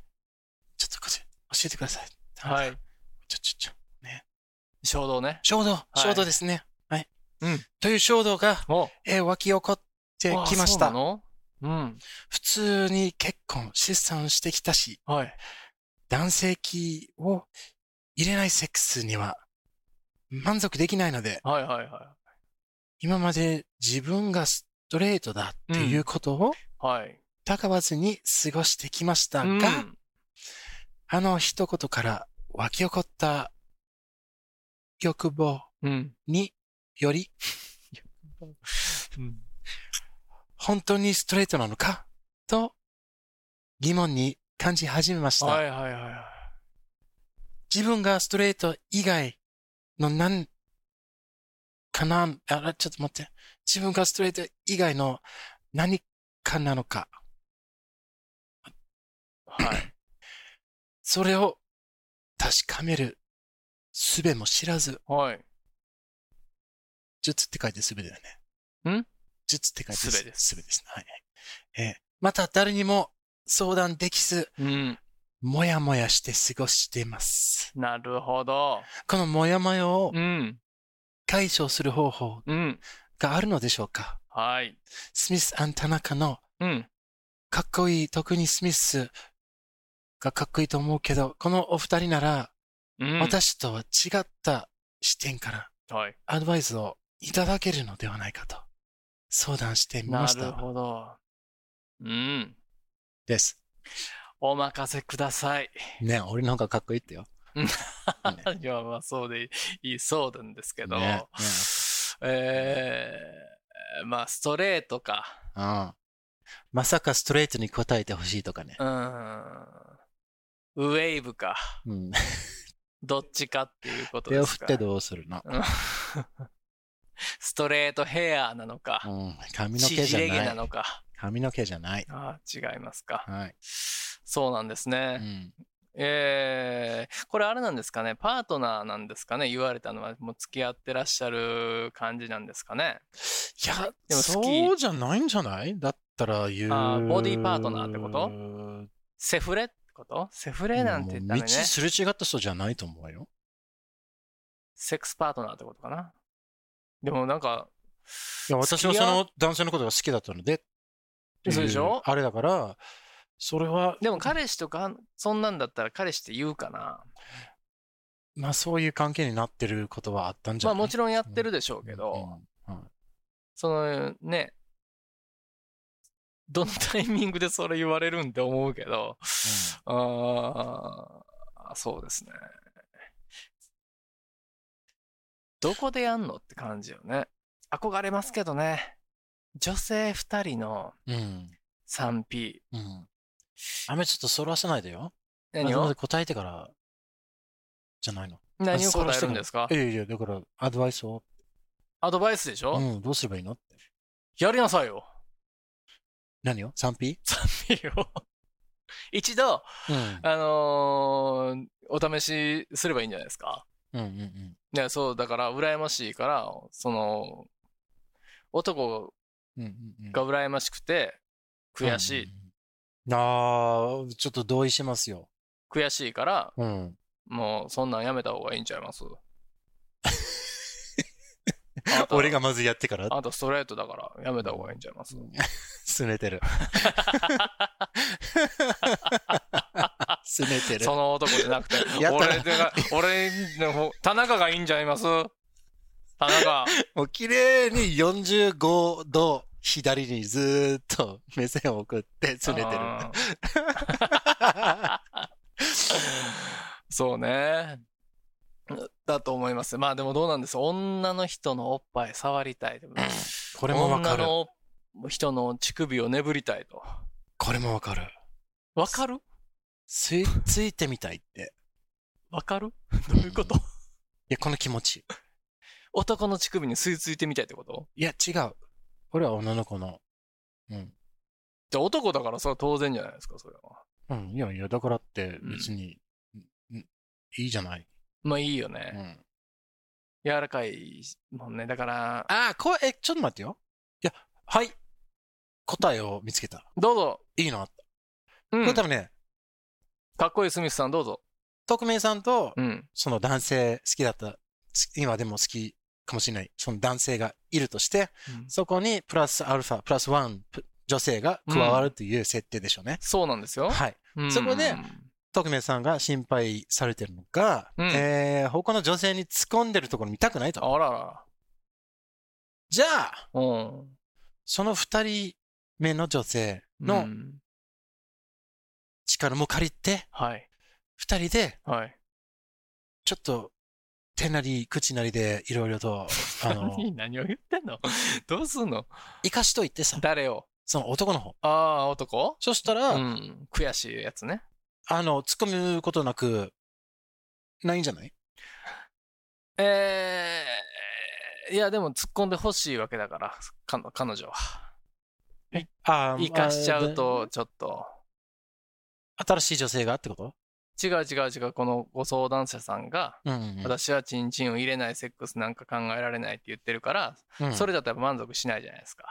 S2: ちょっとこっち教えてください。。
S1: はいい。
S2: ちょちょちょ。
S1: 衝動ね。
S2: 衝動、
S1: い
S2: 衝動ですね。はい。
S1: うん
S2: という衝動が、
S1: お
S2: えー湧き起こってきまし
S1: あ
S2: た。
S1: そうなの
S2: 普通に結婚、出産してきたし、
S1: うん。はい。
S2: 男性器を入れないセックスには満足できないので、
S1: はいはいは
S2: 今まで自分がストレートだっていうこと
S1: い。
S2: を
S1: はい。
S2: 疑わずに過ごしてきましたが、
S1: うん
S2: あの一言から湧き起こった欲望
S1: うん。
S2: により
S1: うん。
S2: 本当にストレートなのかと疑問に感じ始めました。
S1: はいはいはいはい。
S2: 自分がストレート以外のなんかなあら、ちょっと待って。自分がストレート以外の何かなのか。
S1: はい。
S2: それを確かめる術も知らず、
S1: はい。
S2: 術って書いて術だよね。
S1: ん
S2: 術って書いて
S1: 術です
S2: 術ですね。はい。えーまた誰にも相談できず、
S1: うん。
S2: もやもやして過ごしています。
S1: なるほど。
S2: このもやもやを
S1: うん。
S2: 解消する方法
S1: うん。
S2: があるのでしょうか
S1: はい。
S2: スミス田中の
S1: うん。
S2: かっこいい、特にスミスがかっこいいと思うけど、このお二人なら、
S1: うん。
S2: 私とは違った視点から
S1: はい。
S2: アドバイスをいただけるのではないかと相談してみま
S1: な
S2: した。
S1: るほど。うん。
S2: です。
S1: お任せください。
S2: ね、俺の方がかっこいいってよ。
S1: いや、まあそうでいいそうなんですけど、
S2: ねね
S1: えー、まあストレートか。
S2: うん。まさかストレートに答えてほしいとかね。
S1: うーん。ウェーブか。
S2: うん。
S1: どっちかっていうこと
S2: 手
S1: で
S2: を
S1: す
S2: 振
S1: か。
S2: ってどうするの
S1: うん ストレートヘアなのか
S2: う、ん。髪の毛
S1: 縮
S2: じ
S1: れ
S2: ゃ
S1: 毛な
S2: ない。
S1: のか。
S2: 髪の毛じゃない。
S1: あー違いますか。
S2: はい。
S1: そうなんですね
S2: う。ん。
S1: えー、これあれなんですかね、パートナーなんですかね、言われたのは、もう付き合ってらっしゃる感じなんですかね。
S2: いや、
S1: でも好き
S2: そうじゃないんじゃないだったら言う。
S1: あーボディーパートナーってこと
S2: と
S1: セフレってことセフレなんて言ったらね
S2: 道、すれ違った人じゃないと思うよ。
S1: セックスパートナーってことかな。でもなんか、
S2: いや、私
S1: 付
S2: はそ
S1: き合
S2: の男性のことが好きだったので。ってい
S1: そうでしょ
S2: あれだから、それは、
S1: でも彼氏とか、そんなんだったら彼氏って言うかな。
S2: まあそういう関係になってることはあったんじゃ
S1: まあ
S2: ない
S1: もちろんやってるでしょうけど、
S2: うんうん
S1: そのね、どのタイミングでそれ言われるんって思うけど、ああ、そうですね。どこでやんのって感じよね。憧れますけどね。女性2人の
S2: うん。うん。
S1: 3P。
S2: うん。あんまりちょっとそらさないでよ。
S1: 何
S2: 頭
S1: を
S2: で答えてから、じゃないの。
S1: 何を
S2: そ
S1: 答
S2: らし
S1: え
S2: て
S1: る
S2: も
S1: んですか
S2: いやいや、だから、アドバイスを、
S1: アドバイスでしょ、
S2: うん、どうすればいいのって。
S1: やりなさいよ。
S2: 何を ?3P?
S1: いいよ一度、
S2: うん。
S1: あのーお試しすればいいんじゃないですか
S2: うんうんうん。
S1: いや、そう、だから、羨ましいから、その、男
S2: うんうんうん
S1: が羨ましくて、悔しい、。
S2: うんああ、ちょっと同意しますよ。
S1: 悔しいから、
S2: うん。
S1: もう、そんなんやめた方がいいんちゃい ます
S2: 俺が。まずやってから
S1: あなたあなたストレートだから、やめた方がいいんちゃいます
S2: すねてる。すねてる、
S1: そ。の男じゃなくて
S2: やったな
S1: 俺が、俺の方、田中がいいんちゃいます田中。
S2: もう綺麗に45度左にずーっと目線を送ってすねてる。
S1: あー そうね。だと思います。まあでもどうなんです女の人のおっぱい触り たい。
S2: これもわか
S1: 女
S2: る。
S1: の人の乳首をねぶりたいと。
S2: これもわかる。
S1: わかる
S2: つい、ついてみたいって。
S1: わかる どういう こと
S2: いや、この気持ち。
S1: 男の乳首に吸い付いてみたいってこと
S2: いや、違う。これは女の子の。うん。
S1: じゃあ男だからそれは当然じゃないですか、それは。
S2: うん。いやいや、だからって別に、うんいいじゃない。
S1: まあいいよ
S2: う
S1: ね。
S2: ん。
S1: 柔らかいもんね。だから、
S2: ああ、こう、え、ちょっと待ってよ。いや、はい。答えを見つけた。
S1: どうぞ。
S2: いいのあった。
S1: うん
S2: これ多分ね、
S1: かっこいいスミスさんどうぞ。
S2: 匿名さんと、
S1: うん。
S2: その男性好きだった、つ今でも好きかもしれない、その男性がいるとして、そこにプラスアルファ、プラスワン、ぷ女性が加わるという設定でしょうね。
S1: そうなんですよ。
S2: はい。
S1: うん
S2: そこで匿名さんが心配されてるのが、
S1: うん
S2: えー、他の女性に突っ込んでるところ見たくないと。
S1: あらら。
S2: じゃあ、
S1: うん。
S2: その二人目の女性の
S1: うん
S2: 力も借りて、
S1: はい。
S2: 二人で、
S1: はい。
S2: ちょっと、手なり、口なりで、いろい ろと、あの、
S1: 何何を言ってんの どうすんの
S2: 生かしといてさ、
S1: 誰を
S2: その男の方。
S1: ああ、男
S2: そした
S1: う
S2: ら、
S1: ん。悔しいやつね。
S2: あの、突っ込むことなく、ないんじゃない
S1: えー、いや、でも突っ込んでほしいわけだから、か彼女は。
S2: あ
S1: 生かしちゃうと、ちょっと。
S2: 新しい女性がってこと
S1: 違う違う違う、このご相談者さんが、
S2: うんうん
S1: 私はチンチンを入れないセックスなんか考えられないって言ってるから、
S2: うん。うん
S1: それだとやっぱ満足しないじゃないですか。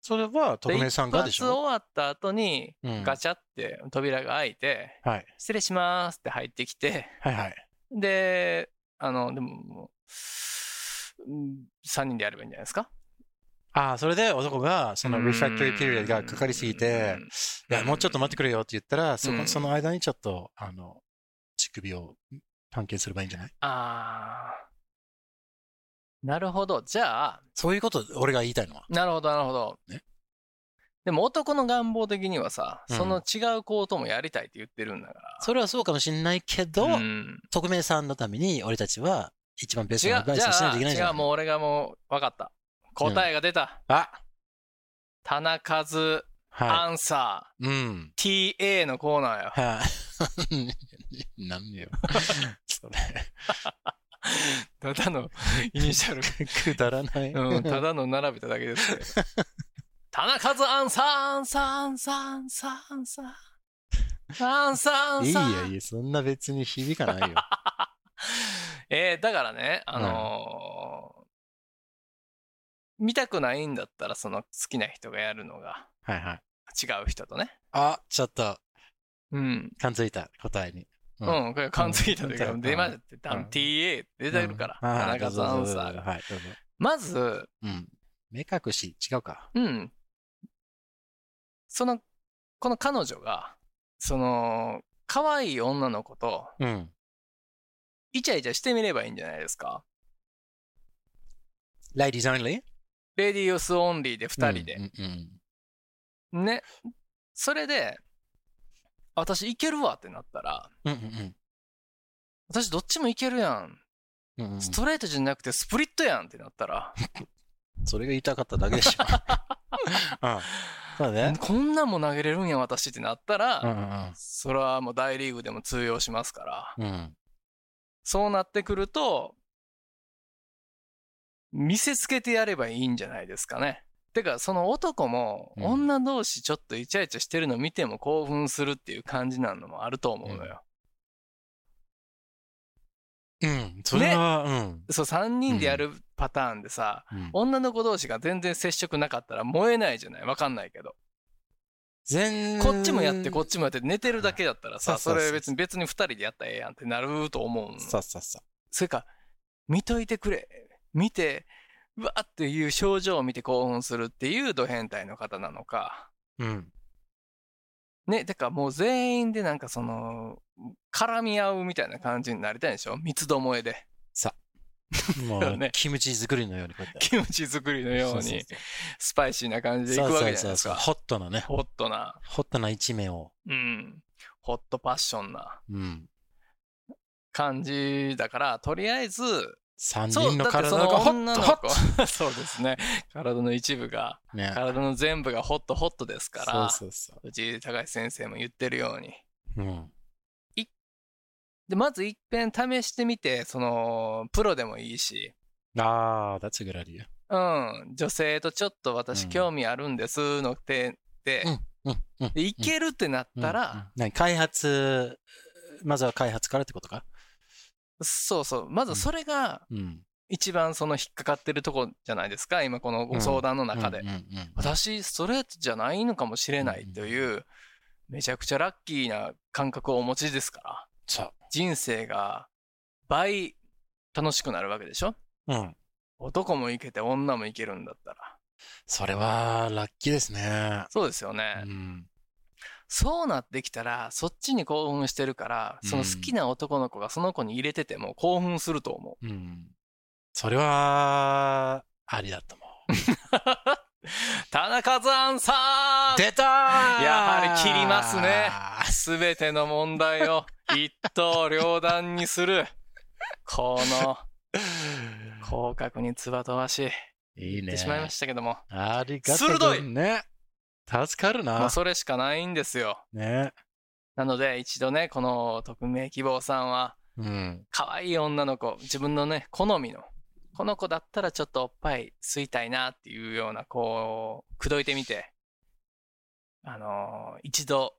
S2: それは
S1: で
S2: 匿名さんがでし
S1: 一発
S2: ょ
S1: 終わった後に、
S2: うん
S1: ガチャって扉が開いて、
S2: はい。
S1: 失礼しますって入ってきて、
S2: はいはい。
S1: で、あの、でももう、3人でやればいいんじゃないですか。
S2: ああ、それで男が、その
S1: うん
S2: リフラクトリーピリオドがかかりすぎて、いや、もうちょっと待ってくれよって言ったら、そ
S1: うん
S2: こ、その間にちょっと、あの、乳首を探検すればいいんじゃない
S1: あーなるほど。じゃあ、
S2: そういうこと、俺が言いたいのは。
S1: なるほど、なるほど。
S2: ね
S1: でも男の願望的にはさ、
S2: うん
S1: その違う行動もやりたいって言ってるんだから。
S2: それはそうかもしれないけど、
S1: うん
S2: 匿名さんのために俺たちは一番ベス
S1: 違
S2: トなア
S1: う、
S2: ドバイ
S1: じ
S2: スをしな
S1: ゃ
S2: い
S1: あ、
S2: といけないじ
S1: 違
S2: ゃ
S1: う、
S2: ん。
S1: もう俺がもう分かった。答えが出た。
S2: あ
S1: 田中ズ
S2: は
S1: アンサ
S2: い。うん。
S1: ー TA のコーナーよ。
S2: はい。 なんでよ。それ、
S1: ただのイニシャル
S2: くだらない。
S1: うん、ただの並べただけですけど。田中ズアンサーアンサーアンサーアンサーアンサーアンサーアン
S2: いい
S1: サー
S2: やいや、そんな別に響か ないよ。
S1: えーだからね、あのー見たくないんだったら、その好きな人がやるのが
S2: はいはい。
S1: 違う人とね。
S2: あ、ちょっと、
S1: うん。
S2: 感づいた答えに。
S1: う
S2: う
S1: んん、これ勘づいたというか、
S2: うん
S1: 出まって、ダ
S2: うん
S1: ン TA って出てくるから、
S2: うん
S1: 田
S2: はい
S1: 中ズアンサー
S2: どうぞどうぞ
S1: が。
S2: はい、どうぞ。
S1: まず、
S2: うん。目隠し、違うか。
S1: うん。その、この彼女が、その、可愛い女の子と、
S2: うん。
S1: イチャイチャしてみればいいんじゃないですか。
S2: Ladies only?
S1: レディースオンリーで2人で。
S2: うんうん
S1: ね。それで、私いけるわってなったら、
S2: うん。うんうん
S1: 私どっちもいけるやん。
S2: うんうんうん
S1: ストレートじゃなくてスプリットやんってなったら、
S2: それが言いたかっただけでしょ。 うんそうだね。
S1: こんなんも投げれるんや私ってなったら、
S2: うんうん
S1: それはもう大リーグでも通用しますから。
S2: うん。うん
S1: そうなってくると、見せつけてやればいいんじゃないですかね。てか、その男も、
S2: うん
S1: 女同士ちょっとイチャイチャしてるの見ても興奮するっていう感じなのもあると思うのよ。
S2: うん。それは、うん
S1: そう、3人でやるパターンでさ、
S2: うん。
S1: 女の子同士が全然接触なかったら燃えないじゃないわかんないけど。
S2: 全
S1: こっちもやって、こっちもやって、寝てるだけだったらさ、
S2: そう
S1: そ
S2: そうそ
S1: れ
S2: う
S1: 別に別に2人でやったらええやんってなると思うの。
S2: さっさっさ。
S1: それか、見といてくれ。見て、うわーっていう表情を見て興奮するっていうド変態の方なのか。
S2: うん。
S1: ね、だからもう全員でなんかその、絡み合うみたいな感じになりたいんでしょ三つどもえで。
S2: も
S1: そう
S2: う
S1: ね、
S2: キムチ作りのようにこうやって。
S1: キムチ作りのように、スパイシーな感じでいく
S2: そう
S1: わ
S2: そ
S1: け
S2: う
S1: じゃないで
S2: そう
S1: す
S2: そう。
S1: か。
S2: ホットなね。
S1: ホットな、
S2: ホットな一面を。
S1: うん、ホットパッションな
S2: うん。
S1: 感じだから、とりあえず、
S2: 三
S1: そう、
S2: 人
S1: だ
S2: の
S1: って
S2: 体
S1: その
S2: がホ
S1: 女
S2: ッ
S1: の
S2: ト、
S1: 子
S2: ホット。、
S1: そうですね。体の一部が、
S2: ね。
S1: 体の全部がホットホットですから、
S2: そうそうそう
S1: 藤井隆先生も言ってるように。
S2: う。うん。
S1: で、まず一遍試してみて、その、プロでもいいし、
S2: ああ、that's a good idea.
S1: うん、女性とちょっと私
S2: うん
S1: 興味あるんですのって、で、
S2: うん。うん。
S1: でいけるってなったら、
S2: うんうん何開発、まずは開発からってことか
S1: そうそう、まずそれが
S2: うん。
S1: 一番その引っかかってるとこじゃないですか、今このご相談の中で。
S2: うんうんうん
S1: 私、ストレートじゃないのかもしれないという、めちゃくちゃラッキーな感覚をお持ちですから、
S2: そ
S1: 人生が倍楽しくなるわけでしょ
S2: う。うん。
S1: 男もいけて女もいけるんだったら。
S2: それは、ラッキーですね。
S1: そうですよね。
S2: うん。
S1: そうなってきたら、そっちに興奮してるから、その好きな男の子がその子に入れてても興奮すると思う。
S2: うん。それは、ありだと思う。
S1: 田中さんさん
S2: 出たや
S1: はり切ります ねすべての問題を一刀両断にする。この広角につば飛ばし、言っ
S2: いいね。
S1: てしまいましたけども、
S2: ありがとう。
S1: 鋭い
S2: ね。助かる
S1: も
S2: な
S1: う。それしかないんですよ。
S2: ね。
S1: なので、一度ね、この匿名希望さんは、
S2: うん。
S1: 可愛い女の子自分のね好みのこの子だったらちょっとおっぱい吸いたいなっていうようなこう口説いてみてあのー一度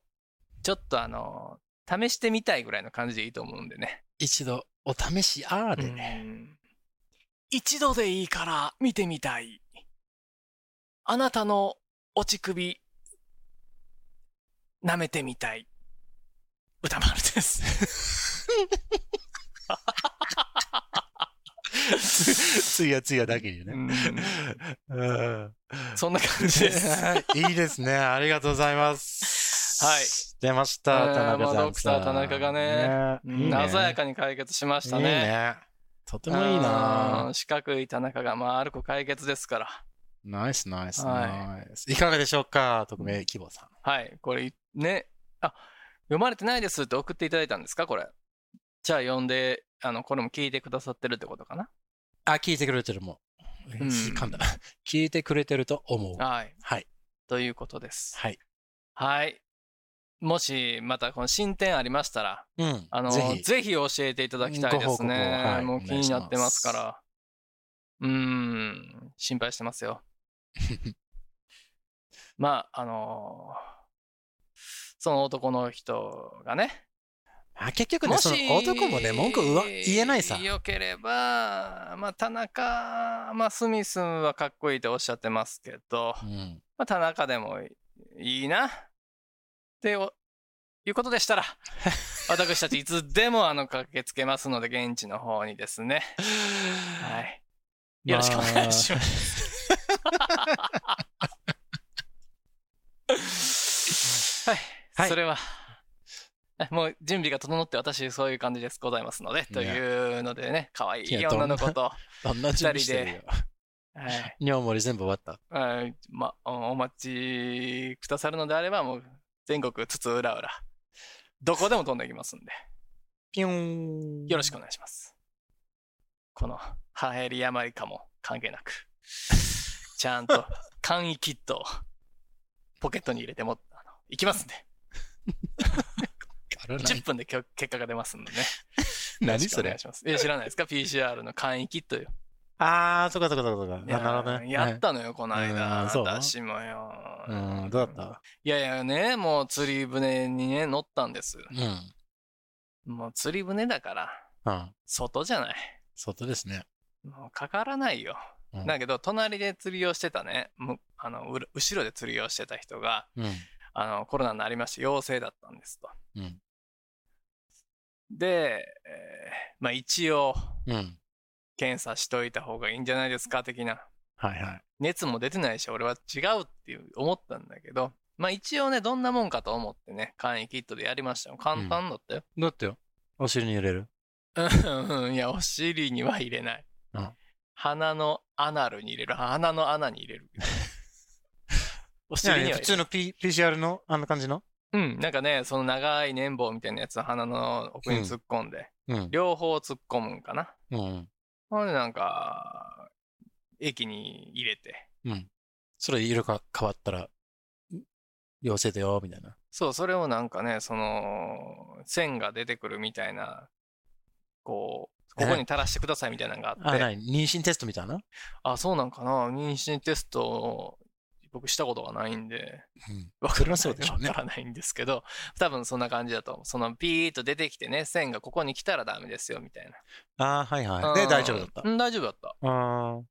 S1: ちょっとあの、試してみたいぐらいの感じでいいと思うんでね。
S2: 一度お試しあれ、
S1: うん一度でいいから見てみたい。あなたのお乳首、舐めてみたい。歌丸です。
S2: つやつやだけに
S1: う
S2: ね。
S1: ん
S2: うん
S1: そんな感じです。
S2: いいですね。ありがとうございます。
S1: はい。
S2: 出ました、
S1: えー
S2: 田中さん。
S1: まあドクター田中がね
S2: ねいいね
S1: 鮮やかに解決しました
S2: いい
S1: ね。
S2: ね。とてもいいな
S1: うん四角い田中が丸く解決ですから。
S2: ナイスナイス
S1: は
S2: ナイス。いかがでしょうか特命希望さん。
S1: はい、これね、あ読まれてないですって送っていただいたんですか、これ。じゃあ読んで、あのこれも聞いてくださってるってことかな。
S2: あ、聞いてくれてるもん。
S1: うん
S2: 噛んだ。聞いてくれてると思う。
S1: はい、
S2: はい。
S1: ということです。
S2: はい。
S1: はい。もし、またこの進展ありましたら、
S2: うん。
S1: あの
S2: ぜ
S1: ぜ
S2: ひ
S1: ひ。教えていただきたいで
S2: ご報
S1: す
S2: 告を
S1: ね。
S2: はい
S1: もう気になってますか
S2: お
S1: ら。うーん、心配してます よ。まあ、あのその男の人がね、
S2: あ結局ね、その男もね、文句うわ言えないさ。
S1: よければ、まあ、田中、まあ、スミスはかっこいいとおっしゃってますけど、
S2: うん。
S1: まあ、田中でもいいな。っておいうことで したら、私たちいつでもあの駆けつけますので、現地の方にですね。はい。よろしくお願いします。 はい。
S2: はい
S1: それは、えもう準備が整って私そういう感じですございますので、
S2: い
S1: と
S2: や
S1: いうのでね、可愛
S2: い
S1: い
S2: やどんな
S1: 女の子と、
S2: ど んな準備してるよ。
S1: はい
S2: 尿漏れ全部終わった。
S1: はいま、おお待ちくださるのであれば、もう全国津々浦々、どこでも飛んでいきますんで、
S2: ピョン。
S1: よろしくお願いします。この、ハエリヤマリカも関係なく、ちゃんと簡易キットをポケットに入れても、あの行きますんで、
S2: あらない
S1: 10分できょ結果が出ますんでね。
S2: 何
S1: よろしく
S2: そ
S1: お願
S2: れ
S1: いします。いや、知らないですか ?PCR の簡易キットよ。
S2: あー、そっかそっかそっかそっ
S1: い
S2: か。
S1: や
S2: あなるほどね。
S1: やったのよ、この
S2: う
S1: 間。
S2: んそう
S1: 私もよ。
S2: はいうん、どうだった
S1: いやいやね、もう釣り船にね、乗ったんです。
S2: うん。
S1: もう釣り船だから、
S2: うん。
S1: 外じゃない。
S2: 外ですね。
S1: もうかからないよ。
S2: うん
S1: だけど、隣で釣りをしてたね、むあのうら後ろで釣りをしてた人が、
S2: うん。
S1: あのコロナになりまして陽性だったんですと。
S2: うん
S1: で、えーまあ一応、
S2: うん。
S1: 検査しといた方がいいんじゃないですか的な
S2: はいはい。
S1: 熱も出てないし俺は違うっていう思ったんだけどまあ一応ねどんなもんかと思ってね簡易キットでやりましたよ簡単だったよ、
S2: だってよ。お尻に入れる
S1: うん、いやお尻には入れない、
S2: うん
S1: 鼻のアナルに入れる鼻の穴に入 れるお尻には入れない
S2: 普通の、P、PCR のあんな感じの
S1: うんなんかねその長い綿棒みたいなやつを鼻の奥に突っ込んで、
S2: うん。
S1: 両方突っ込むんかな
S2: うん。
S1: ほんでなんか液に入れて
S2: それ色が変わったら、陽性だよ、みたいな。
S1: そう、それをなんかね、その、線が出てくるみたいな、こう、ここに垂らしてくださいみたいなのがあ
S2: あ、
S1: って、
S2: ない。妊娠テストみたいな
S1: あそうなんかな、妊娠テストを僕したことがないんで、
S2: うん。
S1: わか
S2: それ
S1: ら
S2: は
S1: な
S2: そ
S1: いう
S2: でしょうね
S1: わからないんですけど、多分そんな感じだと思う。その、ピーッと出てきてね、線がここに来たらダメですよ、みたい
S2: あーはい
S1: な。
S2: はい。で、
S1: うん
S2: 大丈夫だった。
S1: うん、大丈夫だった。
S2: あー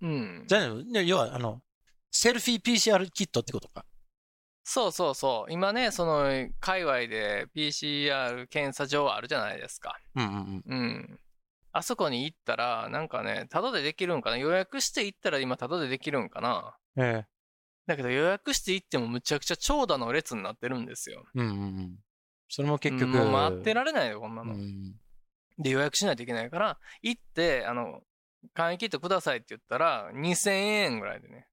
S1: うん。
S2: じゃあね、要は、あの、セルフィー PCR キットってことか。
S1: そうそうそう。今ね、その、界隈で PCR 検査場あるじゃないですか。
S2: うんうんうん。
S1: うん。あそこに行ったら、なんかね、タダでできるんかな予約して行ったら今タダでできるんかな
S2: ええ。
S1: だけど予約して行ってもむちゃくちゃ長蛇の列になってるんですよ。
S2: うんうんうん。それも結局。
S1: もう待ってられないよ、こんな
S2: う
S1: の。
S2: ん。
S1: で、予約しないといけないから、行って、あの、簡易キットくださいって言ったら、2000円ぐらいでね。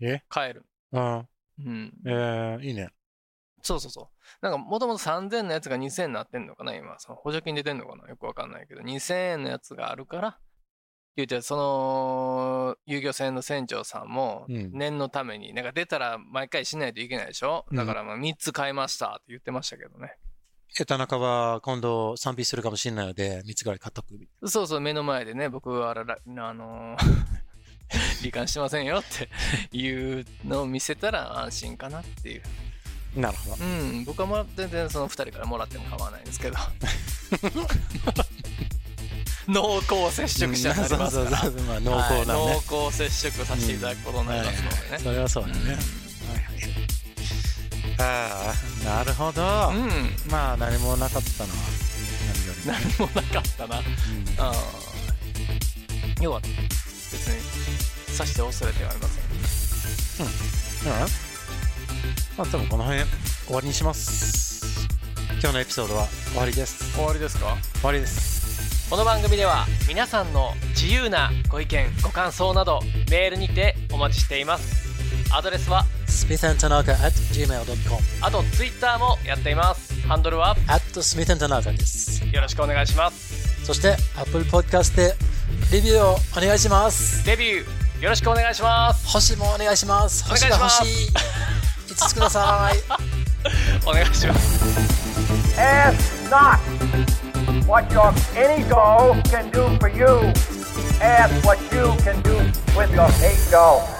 S2: え
S1: 買える。
S2: あ
S1: うん。
S2: ーええ、いいね。
S1: そうそうそう。なんか、もともと3000のやつが2000になってんのかな、今。その補助金出てんのかなよくわかんないけど、2000円のやつがあるから、言うて、その、遊漁船の船長さんも、
S2: うん
S1: 念のために、なんか出たら毎回しないといけないでしょ
S2: うん
S1: だから、まあ、3つ買いましたって言ってましたけどね。
S2: え、田中は今度賛否するかもしれないので、3つぐらい買っとく。
S1: そうそう、目の前でね、僕はあらら、あ のー罹患してませんよっていうのを見せたら安心かなっていう。
S2: なるほど。
S1: うん、僕はもら全然その2人からもらっても構わないんです けど。濃厚接触者になります
S2: う
S1: か
S2: ん
S1: ら
S2: そうそうそうまあ濃厚なね、
S1: はい濃厚接触させていただくことになりますのでね。
S2: それはそうだね。ああ、なるほ
S1: う
S2: ど。
S1: ん、
S2: まあ、何もなかったのは、何より
S1: 何もなかったな。 あー要は別に刺して恐れてはありません。
S2: うんうんまあ、多分この辺、終わりにします。今日のエピソードは終わりです。
S1: 終わりですか
S2: 終わりです。
S1: この番組では皆さんの自由なご意見ご感想などメールにてお待ちしていますアドレスは
S2: smithandtanaka at gmail.com
S1: あと Twitter もやっていますハンドルは
S2: at smithandtanaka です。
S1: よろしくお願いします
S2: そして、Apple Podcast でレビューをお願いします。
S1: デビューよろしくお願いします
S2: 星もお願いします。
S1: お願い
S2: 星
S1: し
S2: が
S1: ま
S2: 欲
S1: す
S2: しい。5つください。
S1: お願いします
S6: Ask not what your any doll can do for you. Ask what you can do with your eight doll.